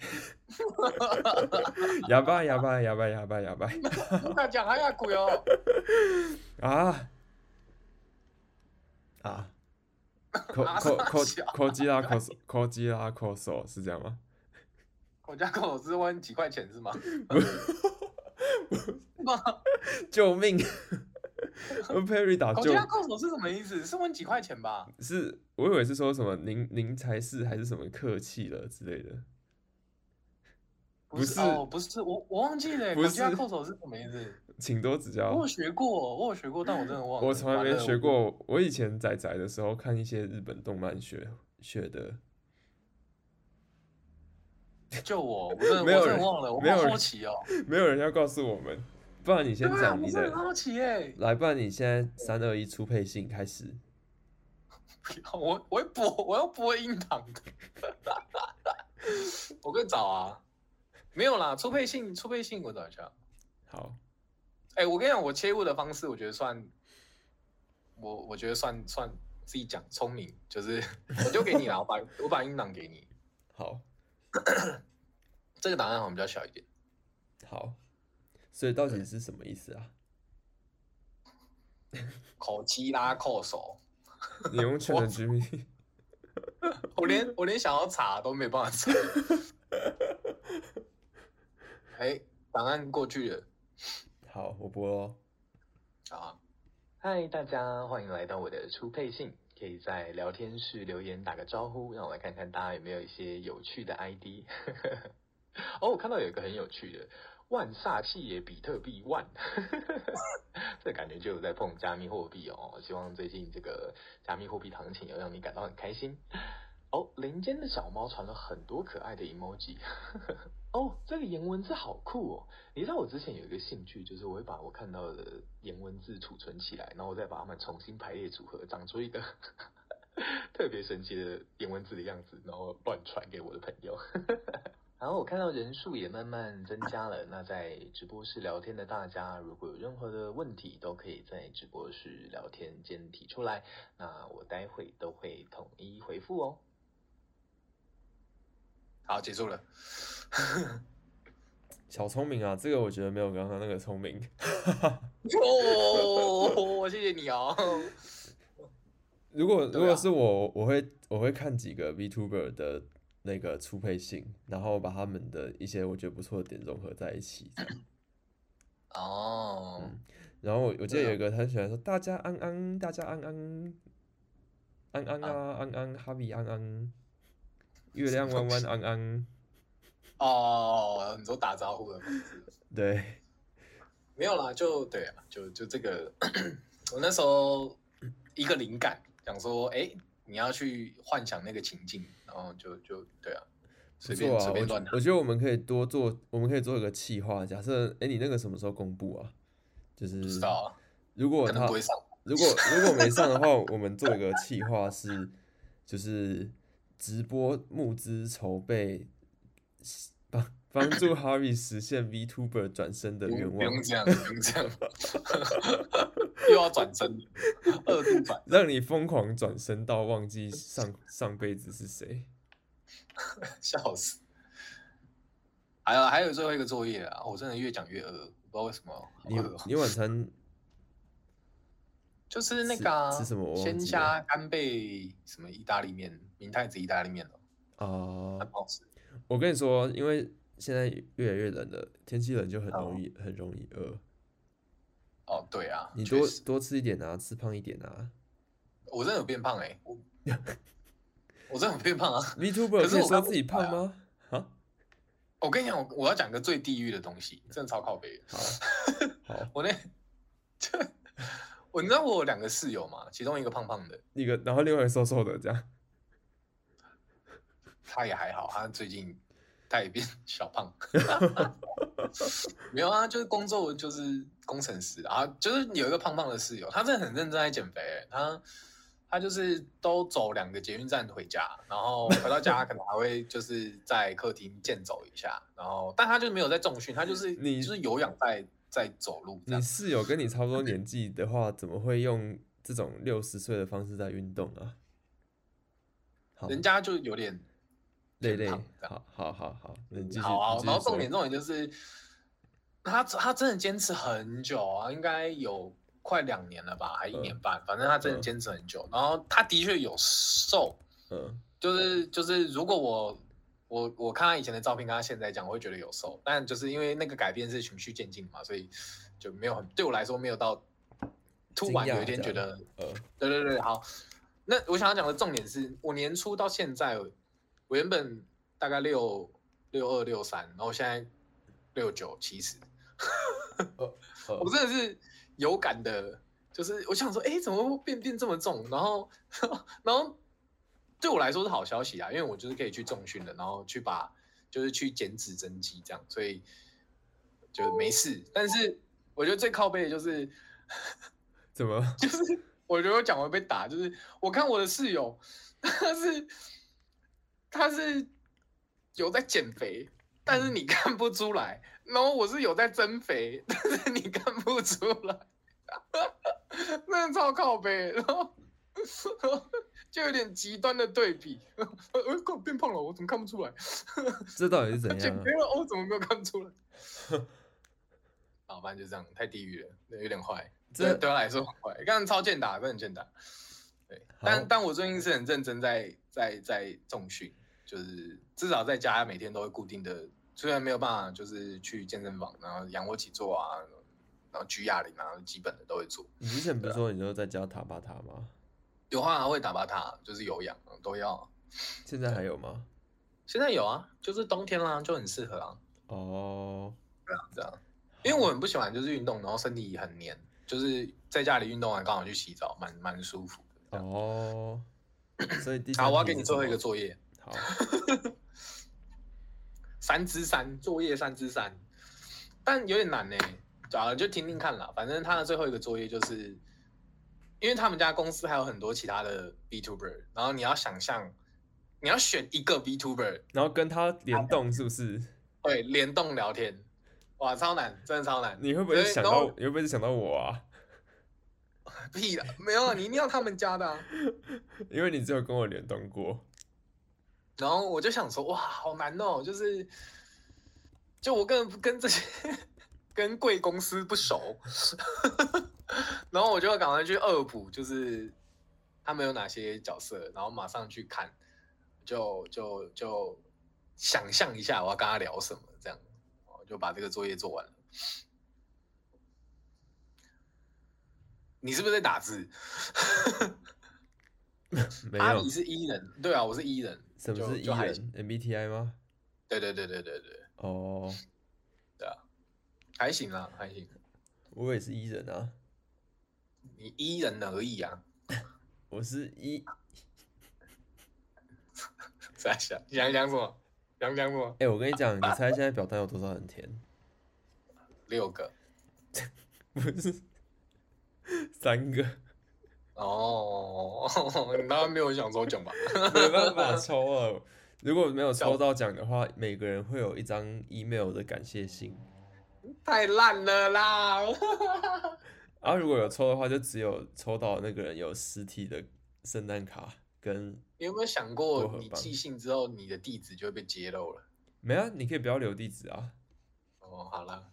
Speaker 2: 哑巴哑巴哑巴哑巴哑巴
Speaker 3: 卢卡讲还要哦哭哟，
Speaker 2: 啊 啊！口
Speaker 3: 啊
Speaker 2: 口口
Speaker 3: 傻笑
Speaker 2: 口基拉口手口基拉口手是这样吗？
Speaker 3: 我家狗只问几块钱是吗？
Speaker 2: 救命 ！Perry 打
Speaker 3: 我
Speaker 2: 救
Speaker 3: 家狗手是什么意思？是问几块钱吧？
Speaker 2: 是，我以为是说什么您您才是还是什么客气了之类的，
Speaker 3: 不
Speaker 2: 不是
Speaker 3: 哦，不是，我我忘记了，
Speaker 2: 不
Speaker 3: 我家
Speaker 2: 是
Speaker 3: 扣手是什么意思？
Speaker 2: 请多指
Speaker 3: 我
Speaker 2: 教
Speaker 3: 有。学过，我有学过，但我真的忘了。
Speaker 2: 我从来
Speaker 3: 完
Speaker 2: 没
Speaker 3: 了
Speaker 2: 学。过，我以前仔仔的时候看一些日本动漫学学的，
Speaker 3: 救我！我真 的，
Speaker 2: 没有
Speaker 3: 我真
Speaker 2: 人
Speaker 3: 的忘了，我
Speaker 2: 没有
Speaker 3: 好
Speaker 2: 人
Speaker 3: 好奇哦。
Speaker 2: 没有人要告诉我们。不然你先
Speaker 3: 对啊，
Speaker 2: 讲
Speaker 3: 我
Speaker 2: 你
Speaker 3: 真的
Speaker 2: 的，
Speaker 3: 很好奇 耶。
Speaker 2: 来，不然你现在三二一出配信开始。
Speaker 3: 不要我我会播，我要播音档 的。我更找啊，没有啦，出配信，出配信，我找一下。
Speaker 2: 好，
Speaker 3: 哎、我跟你讲，我切入的方式，我觉得算，我我觉得算算自己讲聪明，就是 我丢给你啦，我把我把音档给你，
Speaker 2: 好，
Speaker 3: 这个档案好像比较小一点。
Speaker 2: 好，所以到底是 什么意思啊？
Speaker 3: 口七拉扣手，
Speaker 2: 你用 ChatGPT，
Speaker 3: 我连我连想要查都没办法查。哎，档案过去了
Speaker 2: 好，我播咯。
Speaker 3: 好啊！
Speaker 1: 嗨，大家欢迎来到我的初配信，可以在聊天室留言打个招呼，让我来看看大家有没有一些有趣的 ID。哦，我看到有一个很有趣的，万煞气也比特币万， 这感觉就有在碰加密货币哦。希望最近这个加密货币行情有让你感到很开心。哦，林间的小猫传了很多可爱的 emoji。哦，这个颜文字好酷哦！你知道我之前有一个兴趣，就是我会把我看到的颜文字储存起来，然后我再把它们重新排列组合，长出一个 特别神奇的颜文字的样子，然后乱传给我的朋友。 然后我看到人数也慢慢增加了，那在直播室聊天的大家，如果有任何的问题，都可以在直播室聊天间提出来，那我待会都会统一回复哦。
Speaker 3: 好，结束了。
Speaker 2: 小聪明啊，这个我觉得没有刚刚那个聪明。
Speaker 3: 哦，谢谢你哦。
Speaker 2: 如果如
Speaker 3: 对
Speaker 2: 果
Speaker 3: 啊
Speaker 2: 是我，我会我会看几个 VTuber 的那个初配信，然后把他们的一些我觉得不错的点融合在一 起这样。嗯
Speaker 3: 哦，
Speaker 2: 然后我我记得
Speaker 3: 对啊
Speaker 2: 有一个他很喜欢说大家安安，大家安安，安安啊安安，哈比安安，月亮弯 弯安安，
Speaker 3: 哦，你都打招呼了吗。
Speaker 2: 对，
Speaker 3: 没有啦，就对啊，就就这个，我那时候一个灵感，想说，哎、你要去幻想那个情境，然后就就对啊，
Speaker 2: 不
Speaker 3: 随
Speaker 2: 错
Speaker 3: 便
Speaker 2: 啊，
Speaker 3: 随
Speaker 2: 我
Speaker 3: 便
Speaker 2: 觉
Speaker 3: 乱打
Speaker 2: 我觉得我们可以多做，我们可以做一个企划。假设，哎，你那个什么时候公布啊？就是
Speaker 3: 不知道
Speaker 2: 如果
Speaker 3: 啊，可能
Speaker 2: 他
Speaker 3: 不会上。
Speaker 2: 如果如果没上的话，我们做一个企划是，就是直播募资筹备，帮帮 助 Harvey 实现 VTuber 转身的
Speaker 3: 不
Speaker 2: 愿
Speaker 3: 用不用
Speaker 2: 望，
Speaker 3: 这样，不用这样， 又要转身，二度转，
Speaker 2: 让你疯狂转身到忘记上上辈子是谁。
Speaker 3: 笑死。还有还有最后一个作业啊，我真的越讲越饿，不知道为什么好
Speaker 2: 你
Speaker 3: 饿哦。
Speaker 2: 你晚餐
Speaker 3: 就是那个、啊、
Speaker 2: 吃吃什么我忘
Speaker 3: 鲜
Speaker 2: 记
Speaker 3: 虾
Speaker 2: 了
Speaker 3: 干贝什么意大利面，明太子意大利面哦，
Speaker 2: 啊、
Speaker 3: 很好吃。
Speaker 2: 我跟你说，因为现在越来越冷了，天气冷就很容
Speaker 3: 哦
Speaker 2: 易、很容易饿。
Speaker 3: 哦，对啊，
Speaker 2: 你
Speaker 3: 确
Speaker 2: 多
Speaker 3: 实
Speaker 2: 多吃一点啊，吃胖一点 啊。
Speaker 3: 我真的有变胖哎、 我我真的有变胖啊！
Speaker 2: Vtuber
Speaker 3: 可是
Speaker 2: 可以说
Speaker 3: 我刚
Speaker 2: 自己
Speaker 3: 不出来
Speaker 2: 胖
Speaker 3: 啊
Speaker 2: 吗？啊，
Speaker 3: 我跟你讲，我我要讲个最地狱的东西，真的超靠北的。
Speaker 2: 好，好，
Speaker 3: 我那，就我你知道我有两个室友嘛，其中一个胖胖的，
Speaker 2: 一个，然后另外一个瘦瘦的这样。
Speaker 3: 他也还好，他最近他也 变小胖，没有啊，就是工作就是工程师啊，就是有一个胖胖的室友，他真的很认真在减肥、他他就是都走两个捷运站回家，然后回到家可能还会就是在客厅健走一下，然后但他就没有在重训，他就是
Speaker 2: 你
Speaker 3: 就是有氧在在走路 这
Speaker 2: 你
Speaker 3: 样，
Speaker 2: 室友跟你差不多年纪的话，怎么会用这种六十岁的方式在运动啊？好，
Speaker 3: 人家就有点
Speaker 2: 累累，
Speaker 3: 偏胖这样
Speaker 2: 好好好好，你继续。
Speaker 3: 好啊
Speaker 2: 你继，续
Speaker 3: 然后重
Speaker 2: 说
Speaker 3: 点重点就是，他他真的坚持很久啊，应该有快两年了吧，还一年半，反正他真的
Speaker 2: 嗯
Speaker 3: 坚持很久。然后他的确有瘦，
Speaker 2: 嗯，
Speaker 3: 就是就是，如果我我我看他以前的照片跟他现在讲，我会觉得有瘦，但就是因为那个改变是循序渐进嘛，所以就没有很对我来说没有到突然
Speaker 2: 惊讶
Speaker 3: 有一天
Speaker 2: 这
Speaker 3: 觉
Speaker 2: 样
Speaker 3: 得
Speaker 2: 呃，
Speaker 3: 对对对，好。那我想要讲的重点是我年初到现在，我原本大概六六二六三，然后现在六九七十，
Speaker 2: 呃
Speaker 3: 我真的是有感的，就是我想说，哎，怎么会变变这么重？然后， 然后对我来说是好消息啊，因为我就是可以去重训的，然后去把就是去减脂增肌这样，所以就没事。但是我觉得最靠背的就是
Speaker 2: 怎么？
Speaker 3: 我觉得我讲完被打，就是我看我的室友，他是他是有在减肥，但是
Speaker 2: 嗯
Speaker 3: 你看不出来。然后我是有在增肥，但是你看不出来，那超靠背。然后就有点极端的对比， 呃呃，我变胖了，我怎么看不出来？
Speaker 2: 这到底是怎样
Speaker 3: 减
Speaker 2: 啊
Speaker 3: 肥？了，哦，怎么没有看出来？ 好，反正就这样，太地狱了，有点坏。对
Speaker 2: 这
Speaker 3: 对他来说很坏，刚刚超欠打，真的很欠打。对，
Speaker 2: 好
Speaker 3: 但但我最近是很认真在在在重训，就是至少在家每天都会固定的，虽然没有办法就是去健身房，然后仰卧起坐啊，然后举哑铃啊，基本的都会做。
Speaker 2: 你之前不是说你都在教塔巴塔吗？
Speaker 3: 有话会打巴塔，就是有氧啊都要。
Speaker 2: 现在还有吗？
Speaker 3: 现在有啊，就是冬天啦，就很适合啊，
Speaker 2: 哦，
Speaker 3: 对啊，这样。因为我很不喜欢就是运动，然后身体很黏，就是在家里运动完刚好去洗澡，蛮蛮舒服的。这样
Speaker 2: 哦，所以第三
Speaker 3: 啊好，我要
Speaker 2: 题
Speaker 3: 给你
Speaker 2: 是
Speaker 3: 最后
Speaker 2: 什
Speaker 3: 一个
Speaker 2: 么
Speaker 3: 作业，
Speaker 2: 好，
Speaker 3: 三之三作业三之三，但有点难呢、啊，就听听看啦。反正他的最后一个作业就是，因为他们家公司还有很多其他的 VTuber，然后你要想象，你要选一个 VTuber
Speaker 2: 然后跟他联动是不 是？
Speaker 3: 对联动聊天，哇，超难，真的超难。
Speaker 2: 你会不会
Speaker 3: 对
Speaker 2: 想
Speaker 3: 然后
Speaker 2: 到？你会不会想到我啊？
Speaker 3: 屁啦，没有，啊你一定要他们家的、啊。
Speaker 2: 因为你只有跟我联动过。
Speaker 3: 然后我就想说，哇，好难哦，就是，就我根本跟这些跟贵公司不熟， 然后我就要赶快去恶补，就是他们有哪些角色，然后马上去看，就就就想象一下我要跟他聊什么，这样，我就把这个作业做完了。你是不是在打字？
Speaker 2: 没
Speaker 3: 阿
Speaker 2: 有
Speaker 3: 里，是 E 人，对啊，我是 E 人。
Speaker 2: 什么
Speaker 3: 就是
Speaker 2: E
Speaker 3: 就还
Speaker 2: 人 MBTI 吗？
Speaker 3: 对对对对对对。
Speaker 2: 哦，
Speaker 3: 还行啦，还行。
Speaker 2: 我也是 E 人啊，
Speaker 3: 你依人而异啊，
Speaker 2: 我是 E，
Speaker 3: 在想想讲什么？想讲什么？
Speaker 2: 哎、我跟你讲，你猜现在表单有多少人填？
Speaker 3: 六个
Speaker 2: 不是三个，
Speaker 3: 哦， 你当然没有想抽奖吧？
Speaker 2: 没办法抽哦。如果没有抽到奖的话，每个人会有一张 email 的感谢信，
Speaker 3: 太烂了啦！
Speaker 2: 然后如果有抽的话，就只有抽到那个人有实体的圣诞卡跟
Speaker 3: 你有没有想
Speaker 2: 薄
Speaker 3: 过，
Speaker 2: 荷
Speaker 3: 你
Speaker 2: 棒
Speaker 3: 寄信之后，你的地址就会被揭露了？
Speaker 2: 没啊，你可以不要留地址啊，
Speaker 3: 哦，好啦，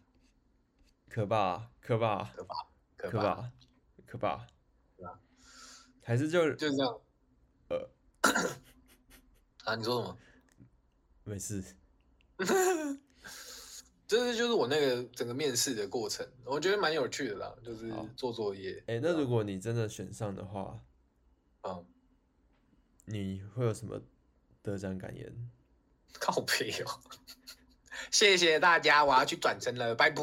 Speaker 2: 可怕可怕
Speaker 3: 可
Speaker 2: 可
Speaker 3: 怕，
Speaker 2: 怕可怕
Speaker 3: 可怕，
Speaker 2: 还是就
Speaker 3: 就是这样。
Speaker 2: 呃
Speaker 3: 啊，你说什么？
Speaker 2: 没事，
Speaker 3: 这是就是我那个整个面试的过程，我觉得蛮有趣的啦，就是
Speaker 2: 好
Speaker 3: 做作业。
Speaker 2: 哎、那如果你真的选上的话，
Speaker 3: 嗯，
Speaker 2: 你会有什么得奖感言？
Speaker 3: 靠背哦。谢谢大家，我要去转成了，拜拜。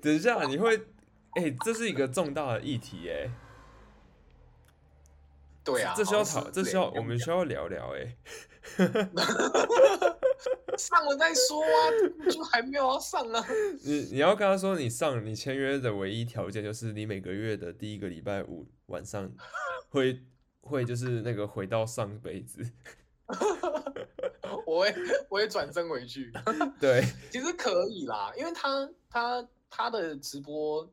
Speaker 2: 等一下，你会，哎、这是一个重大的议题、哎，
Speaker 3: 对啊，
Speaker 2: 这需要
Speaker 3: 好像
Speaker 2: 讨，
Speaker 3: 是
Speaker 2: 这需要我们需要聊聊、哎，
Speaker 3: 上了再说啊，就还没有要上啊。
Speaker 2: 你你要跟他说，你上你签约的唯一条件就是你每个月的第一个礼拜五晚上会会就是那个回到上辈子，
Speaker 3: 我会我会转身回去，
Speaker 2: 对，
Speaker 3: 其实可以啦，因为他他他的直播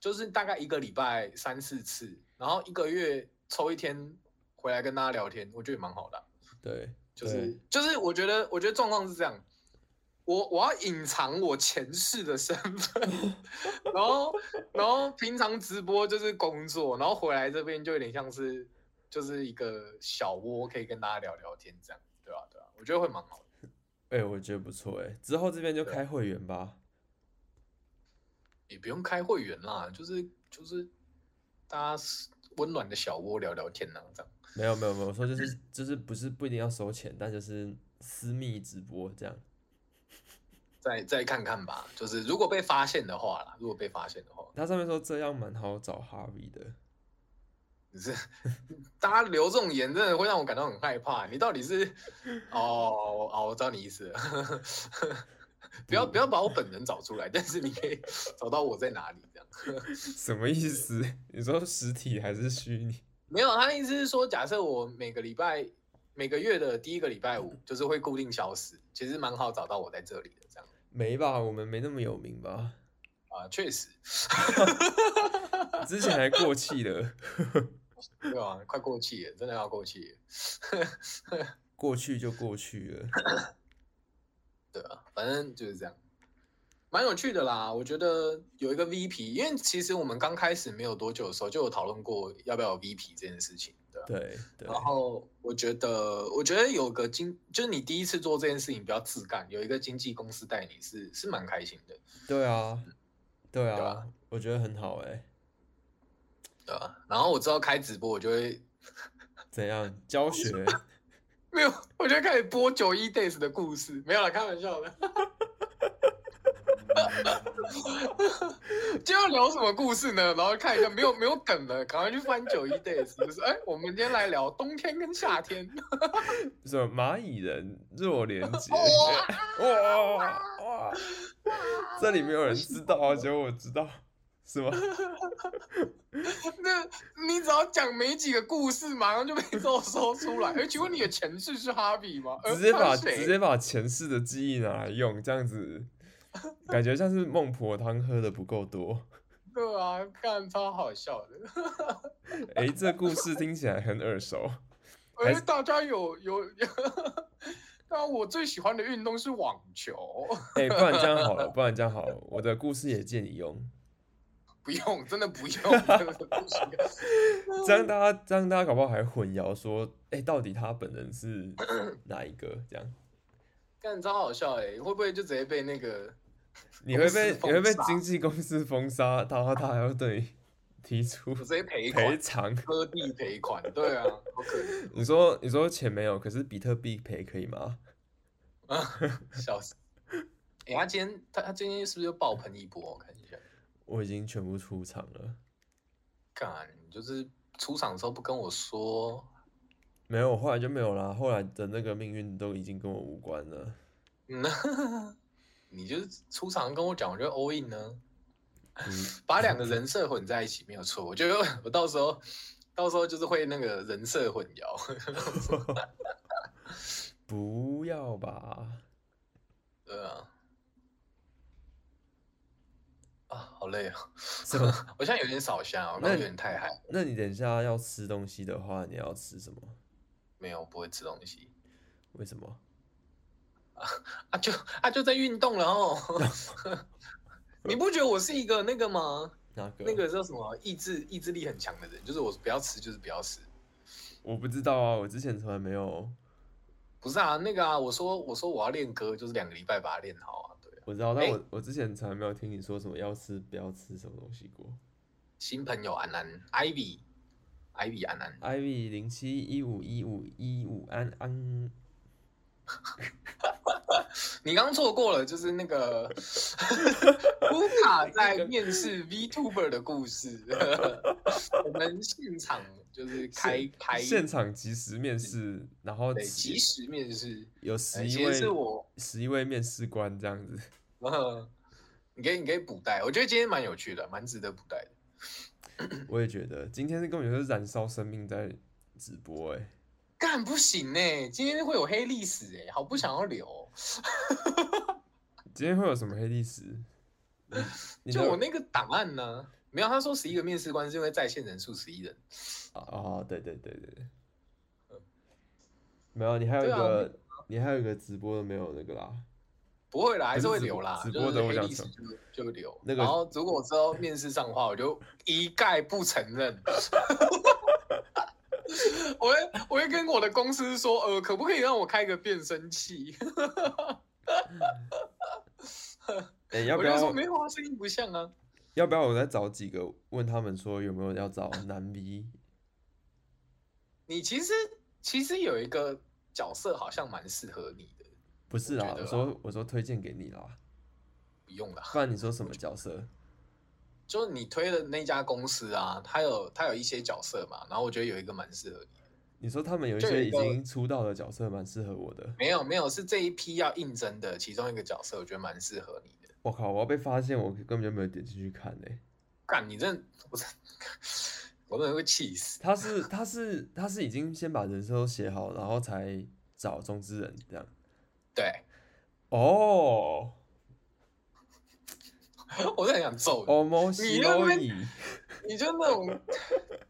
Speaker 3: 就是大概一个礼拜三四次，然后一个月抽一天回来跟大家聊天，我觉得也蛮好的啊、
Speaker 2: 对，
Speaker 3: 就是就是我觉得我觉得状况是这样。我我要隐藏我前世的身份， 然后然后平常直播就是工作，然后回来这边就有点像是就是一个小窝，可以跟大家聊聊天这样，对吧、啊对吧、我觉得会蛮好的。
Speaker 2: 哎、我觉得不错，哎，之后这边就开会员吧，
Speaker 3: 也不用开会员啦，就是就是大家温暖的小窝聊聊天呐、啊这样。
Speaker 2: 没有没有没有，我说就是就是不是不一定要收钱，但就是私密直播这样，
Speaker 3: 再再看看吧，就是如果被发现的话啦，如果被发现的话，
Speaker 2: 它上面说这样蛮好找哈维的，
Speaker 3: 你是大家留这种言，真的会让我感到很害怕。你到底是哦哦，我知道你意思了。 不要不要把我本人找出来，但是你可以找到我在哪里这样。
Speaker 2: 什么意思？ 你说实体还是虚拟？
Speaker 3: 没有，啊他的意思是说，假设我每个礼拜每个月的第一个礼拜五就是会固定消失，其实蛮好找到我在这里的这样
Speaker 2: 没吧，我们没那么有名吧？
Speaker 3: 啊，确实，
Speaker 2: 之前还过气了，
Speaker 3: 对吧、快过气了，真的要过气了。
Speaker 2: 过去就过去了。
Speaker 3: 对啊，反正就是这样。蛮有趣的啦。我觉得有一个 VP，因为其实我们刚开始没有多久的时候就有讨论过要不要有 VP 这件事情的。
Speaker 2: 对对
Speaker 3: 然后我觉得，我觉得有个经，就是你第一次做这件事情比较自干，有一个经纪公司带你是是蛮开心的，
Speaker 2: 对啊，对
Speaker 3: 对
Speaker 2: 啊
Speaker 3: 吧，
Speaker 2: 我觉得很好哎、
Speaker 3: 对吧？然后我知道开直播，我就会
Speaker 2: 怎样教学？
Speaker 3: 没有，我就开始播九一 days 的故事，没有啦，开玩笑的。今天要聊什么故事呢？然后看一下，没有没有梗了，赶快去翻九一 days。就是哎，我们今天来聊冬天跟夏天。
Speaker 2: 什么蚂蚁人弱连接？哇哦哇！这里没有人知道啊，结果我知道，是 吗？
Speaker 3: 那你只要讲没几个故事，马上 就被肉搜出来。哎，请问你的前世是哈比吗？呃
Speaker 2: 直接把
Speaker 3: 他是谁
Speaker 2: 直接把前世的记忆拿来用，这样子感觉像是孟婆汤喝的不够多。
Speaker 3: 对啊，看超好笑的。
Speaker 2: 诶，这故事听起来很耳熟。
Speaker 3: 我觉
Speaker 2: 还
Speaker 3: 得
Speaker 2: 是
Speaker 3: 哎大家有有， 当然我最喜欢的运动是网球。
Speaker 2: 诶，不然这样好了，不然这样好了，我的故事也借你用，
Speaker 3: 不用，真的不用，真的不行。 嗯
Speaker 2: 这样大家这样大家搞不好还混淆说，诶，到底他本人 是哪一个？这样
Speaker 3: 干超好笑哎、欸，会不会就直接被那个？
Speaker 2: 你会
Speaker 3: 公司
Speaker 2: 被
Speaker 3: 封
Speaker 2: 你会被
Speaker 3: 杀
Speaker 2: 经纪公司封杀，然后他还要 对你提出
Speaker 3: 我直接赔
Speaker 2: 赔
Speaker 3: 款，
Speaker 2: 偿。
Speaker 3: 科地赔款，对啊，好可怜，
Speaker 2: 你说你说钱没有，可是比特币赔可以吗？
Speaker 3: 笑死。哎、他今天他他今天是不是又爆喷一波？我看一下，
Speaker 2: 我已经全部出场了。
Speaker 3: 干，你就是出场的时候不跟我说，
Speaker 2: 没有，后来就没有啦。后来的那个命运都已经跟我无关了。
Speaker 3: 嗯， 你就是出场跟我讲，我就 all in 呢，
Speaker 2: 嗯，
Speaker 3: 把两个人设混在一起没有错。我觉得我到时候到时候就是会那个人设混淆，
Speaker 2: 不要 吧。
Speaker 3: 对啊。啊，好累啊、
Speaker 2: 什么？
Speaker 3: 我现在有点少香，我刚
Speaker 2: 那
Speaker 3: 刚有
Speaker 2: 你
Speaker 3: 点太嗨。
Speaker 2: 那你等一下要吃东西的话，你要吃什么？
Speaker 3: 没有，我不会吃东西
Speaker 2: 为什么？
Speaker 3: 啊，就啊就在运动 了哦。你不觉得我是一个那个吗？
Speaker 2: 那个
Speaker 3: 那个叫什么意志意志力很强的人？就是我不要吃，就是不要吃。
Speaker 2: 我不知道啊，我之前从来没有。
Speaker 3: 不是啊，那个啊，我说我说我要练歌，就是两个礼拜把它练好啊。对啊，
Speaker 2: 我知道，但
Speaker 3: 哎
Speaker 2: 我、我之前从来没有听你说什么要吃不要吃什么东西过。
Speaker 3: 新朋友安安，Ivy，Ivy 安安，
Speaker 2: Ivy 零七一五一五一五安安，
Speaker 3: 你刚错过了，就是那 个乌卡在面试 VTuber 的 故事。我们现场就是开
Speaker 2: 现
Speaker 3: 开
Speaker 2: 现场即时面试，然后
Speaker 3: 哎对
Speaker 2: 十
Speaker 3: 即时面试。
Speaker 2: 有
Speaker 3: 哎
Speaker 2: 十一
Speaker 3: 其
Speaker 2: 位
Speaker 3: 实是我，
Speaker 2: 十一位面试官这样子。
Speaker 3: 嗯，你可以你可以补带，我觉得今天蛮有趣的，蛮值得补带的。
Speaker 2: 我也觉得，今天是根本就是燃烧生命在直播哎、
Speaker 3: 干不行呢、今天会有黑历史哎、好不想要留哦。
Speaker 2: 今天会有什么黑历史？你你
Speaker 3: 就
Speaker 2: 都
Speaker 3: 我那个档案呢，没有他说十一个面试官是因为在线人数十一人，
Speaker 2: 哦，对对对对对，没有，你还有一
Speaker 3: 嗯对啊
Speaker 2: 个，
Speaker 3: 那
Speaker 2: 你还有一个直播的没有那个啦，
Speaker 3: 不会啦，还是
Speaker 2: 不
Speaker 3: 会
Speaker 2: 是直
Speaker 3: 留啦。
Speaker 2: 直
Speaker 3: 就
Speaker 2: 播
Speaker 3: 是
Speaker 2: 的我
Speaker 3: 黑
Speaker 2: 想
Speaker 3: 历史
Speaker 2: 说
Speaker 3: 就就留。
Speaker 2: 那个
Speaker 3: 然后如果我之后面试上的话，我就一概不承认。 我会我会跟我的公司说，呃，可不可以让我开个变声器？
Speaker 2: 哎、要
Speaker 3: 我
Speaker 2: 不
Speaker 3: 就
Speaker 2: 要
Speaker 3: 说没有啊，声音不像啊。
Speaker 2: 要不要我再找几个问他们说有没有要找男 V？
Speaker 3: 你其实其实有一个角色好像蛮适合你的，
Speaker 2: 不是
Speaker 3: 我觉
Speaker 2: 啦，
Speaker 3: 得
Speaker 2: 我
Speaker 3: 啦
Speaker 2: 说我说推荐给你啦，
Speaker 3: 不用啦，
Speaker 2: 不然你说什么角色？
Speaker 3: 就是你推的那家公司啊，它有它有一些角色嘛，然后我觉得有一个蛮适合你。
Speaker 2: 你说他们有一
Speaker 3: 就有
Speaker 2: 些
Speaker 3: 一
Speaker 2: 已
Speaker 3: 个
Speaker 2: 经出道的角色蛮适合我的。
Speaker 3: 没有没有，是这一批要应征的其中一个角色，我觉得蛮适合你的。
Speaker 2: 我靠，我要被发现，我根本就没有点进去看哎、
Speaker 3: 干，你真的我真我真的会气死。
Speaker 2: 他是他是他是已经先把人设都写好，然后才找中之人这样。
Speaker 3: 对，
Speaker 2: 哦，
Speaker 3: 我真的很想揍你。
Speaker 2: 哦，摩西洛伊，
Speaker 3: 你就那种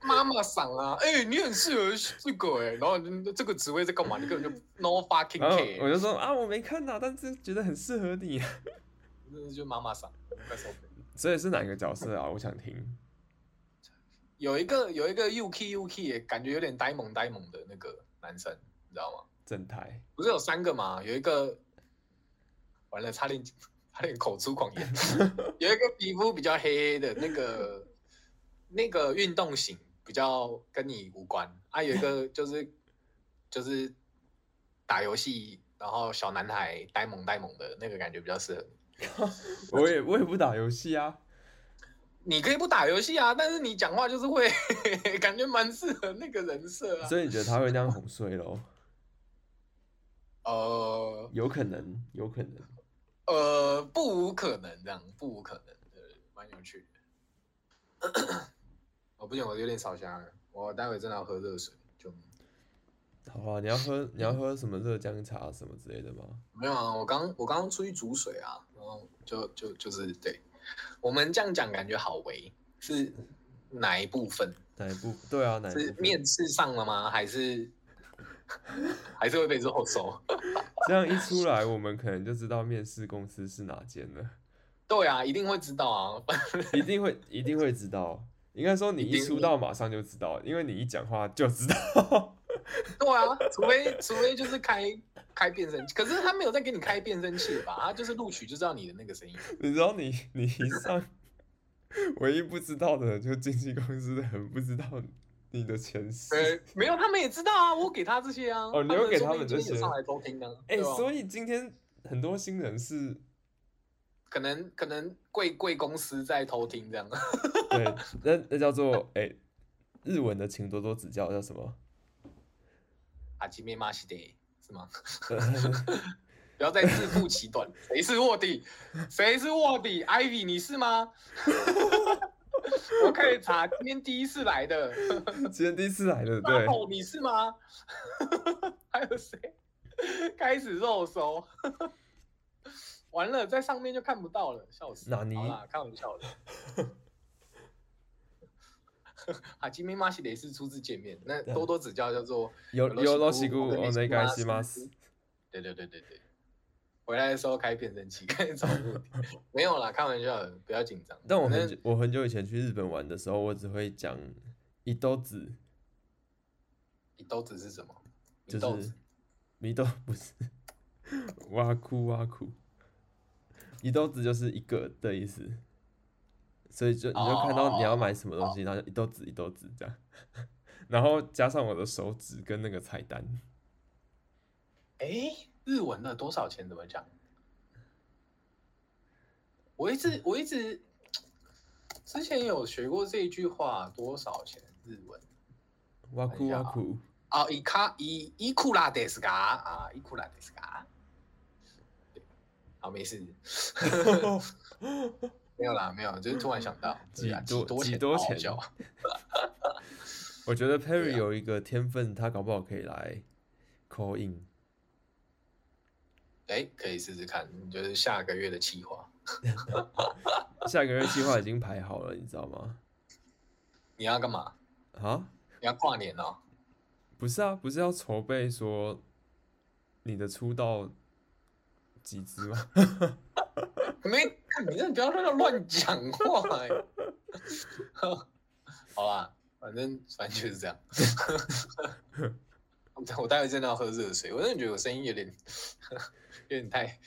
Speaker 3: 妈妈嗓啊，哎、你很适合这个哎、然后你就这个职位在干嘛？你根本就 no fucking
Speaker 2: 然后我
Speaker 3: care。
Speaker 2: 就说啊，我没看呐、但是觉得很适合你。
Speaker 3: 那就妈妈桑那时候
Speaker 2: 所以是哪个角色啊？我想听。
Speaker 3: 有一个有一个 UK UK 也感觉有点呆萌呆萌的那个男生，你知道吗？
Speaker 2: 正太，
Speaker 3: 不是有三个吗？有一个完了，差点差点口出狂言，有一个皮肤比较黑黑的那个那个运动型比较跟你无关啊，有一个就是就是打游戏，然后小男孩呆萌呆萌的那个感觉比较适合你。
Speaker 2: 我也我也不打游戏啊。
Speaker 3: 你可以不打游戏啊，但是你讲话就是会 感觉蛮适合那个人设啊。
Speaker 2: 所以你觉得他会那样哄睡咯？
Speaker 3: 呃
Speaker 2: 有可能，有可能。
Speaker 3: 呃，不无可能，这样不无可能，对，蛮有趣的。 我、不行，我有点烧瞎了，我待会真的要喝热水，就
Speaker 2: 好啊，你要喝你要喝什么热姜茶什么之类的吗？
Speaker 3: 没有啊。我刚我刚刚出去煮水啊，然后就就就是对，我们这样讲感觉好围，是哪一部分？
Speaker 2: 哪一部？对啊，哪一部
Speaker 3: 是
Speaker 2: 分？
Speaker 3: 面试上了吗？还是 还是会被肉收？
Speaker 2: 这样一出来，我们可能就知道面试公司是哪间了，
Speaker 3: 对啊，一定会知道啊。
Speaker 2: 一定会一定会知道。应该说你
Speaker 3: 一
Speaker 2: 一
Speaker 3: 定
Speaker 2: 出道马上就知道，因为你一讲话就知道。
Speaker 3: 对啊，除非除非就是开开变声器，可是他没有在给你开变声器吧？他就是录取就知道你的那个 声音。
Speaker 2: 你知道你你一上，唯一不知道的就经纪公司的人不知道你的前世。
Speaker 3: 呃，没有，他们也知道啊，我给他这些啊。
Speaker 2: 哦你有给他们这
Speaker 3: 说不定
Speaker 2: 些
Speaker 3: 也上来偷听呢。
Speaker 2: 哎、
Speaker 3: 对吧
Speaker 2: 所以今天很多新人是，
Speaker 3: 可能可能贵贵公司在偷听这样。
Speaker 2: 对，那那叫做哎、日文的请多多指教叫什么？
Speaker 3: 阿基米马西德是吗？不要再自负其 短，谁是卧底？谁是卧底？Ivy 你是吗？ 我可以查，今天第一次来的。
Speaker 2: 今天第一次来的，
Speaker 3: 大
Speaker 2: 对，
Speaker 3: 头你是吗？ 还有谁？开始肉搜，完了，在上面就看不到了，笑死！
Speaker 2: 纳尼
Speaker 3: 好啦，开玩笑的。啊，今天马西得是初次见面，那多多指教，叫做
Speaker 2: 有有罗西
Speaker 3: 西
Speaker 2: 姑，お願
Speaker 3: 啊
Speaker 2: いします。。
Speaker 3: 对对对对对，回来的时候开变声器，开始找目的， 没有啦，开玩笑的，不要紧张。
Speaker 2: 但我
Speaker 3: 反
Speaker 2: 很
Speaker 3: 正
Speaker 2: 久我很久以前去日本玩的时候，我只会讲一豆子，
Speaker 3: 你豆子是什么？
Speaker 2: 就
Speaker 3: 你豆子
Speaker 2: 是米豆不是哇哭哇哭，一豆子就是一个的意思，所以就你就看到你要买什么
Speaker 3: 哦
Speaker 2: 东西，然后就一豆子一豆子这样， 然后加上我的手指跟那个菜单，
Speaker 3: 哎，日文的多少钱怎么讲？我一直我一直之前有学过这一句话，多少钱日文？
Speaker 2: 哇哭
Speaker 3: 一下
Speaker 2: 哇
Speaker 3: 啊
Speaker 2: 哭，
Speaker 3: 啊，伊卡伊伊库拉德斯嘎啊，伊库拉德斯嘎。好，没 事，没有啦，没有，就是突然想到，
Speaker 2: 几
Speaker 3: 对啊
Speaker 2: 多
Speaker 3: 多
Speaker 2: 几
Speaker 3: 钱，
Speaker 2: 多
Speaker 3: 好好
Speaker 2: 钱
Speaker 3: 笑
Speaker 2: 我觉得
Speaker 3: 对
Speaker 2: Perry
Speaker 3: 啊
Speaker 2: 有一个天分，他搞不好可以来 call in。
Speaker 3: 哎，可以试试看，就是下个月的计划，
Speaker 2: 下个月计划已经排好了，你知道吗？
Speaker 3: 你要干嘛？
Speaker 2: 啊，
Speaker 3: 你要跨年哦？
Speaker 2: 不是啊，不是要筹备说你的出道集资吗？
Speaker 3: 没，你真的不要乱乱讲话、哎 好啦，反正反正就是这样。 我待会真的要喝热水，我真的觉得我声音有点有点太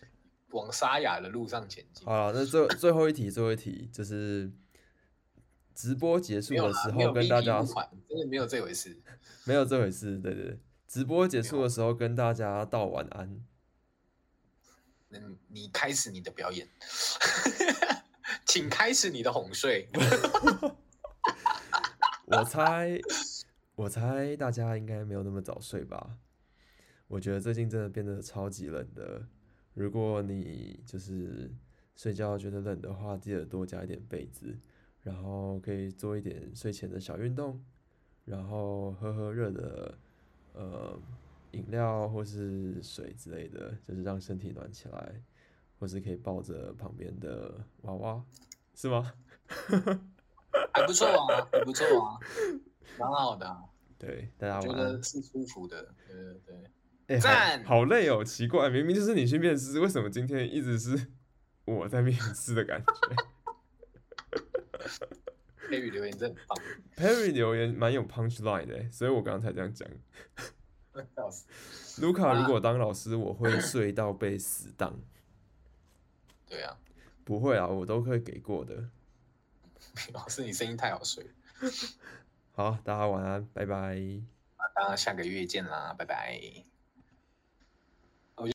Speaker 3: 往沙哑的路上前进。
Speaker 2: 好了，啊那最最后一题，最后一题就是直播结束
Speaker 3: 没有
Speaker 2: 的
Speaker 3: 啦，
Speaker 2: 时
Speaker 3: 没有
Speaker 2: 候跟大
Speaker 3: VP
Speaker 2: 家
Speaker 3: 不管真的没有这回事。
Speaker 2: 没有这回事，对对对，直播结束的时候跟大家道晚安。
Speaker 3: 那你嗯你开始你的表演， 请开始你的哄睡。
Speaker 2: 我猜，我猜大家应该没有那么早睡吧？我觉得最近真的变得超级冷的。如果你就是睡觉觉得冷的话，记得多加一点被子，然后可以做一点睡前的小运动，然后喝喝热的呃饮料或是水之类的，就是让身体暖起来，或是可以抱着旁边的娃娃，是吗？
Speaker 3: 还不错啊，还不错啊，蛮好的啊、
Speaker 2: 对，大家
Speaker 3: 我觉
Speaker 2: 晚安。
Speaker 3: 得是舒服的。对对对。
Speaker 2: 哎，好
Speaker 3: 赞
Speaker 2: 好累哦，奇怪，明明就是你去面试，为什么今天一直是我在面试的感觉。
Speaker 3: 黑雨留言真的很
Speaker 2: Perry 留言蛮有 punch line 的欸，所以我刚刚才这样讲。
Speaker 3: 棒，笑死！
Speaker 2: 卢卡如果当老师，我会睡到被死当。
Speaker 3: 对啊，
Speaker 2: 不会啊，我都会给过的。
Speaker 3: 老师你声音太好睡了，
Speaker 2: 好，大家晚安，拜拜。
Speaker 3: 大家下个月见啦，拜拜。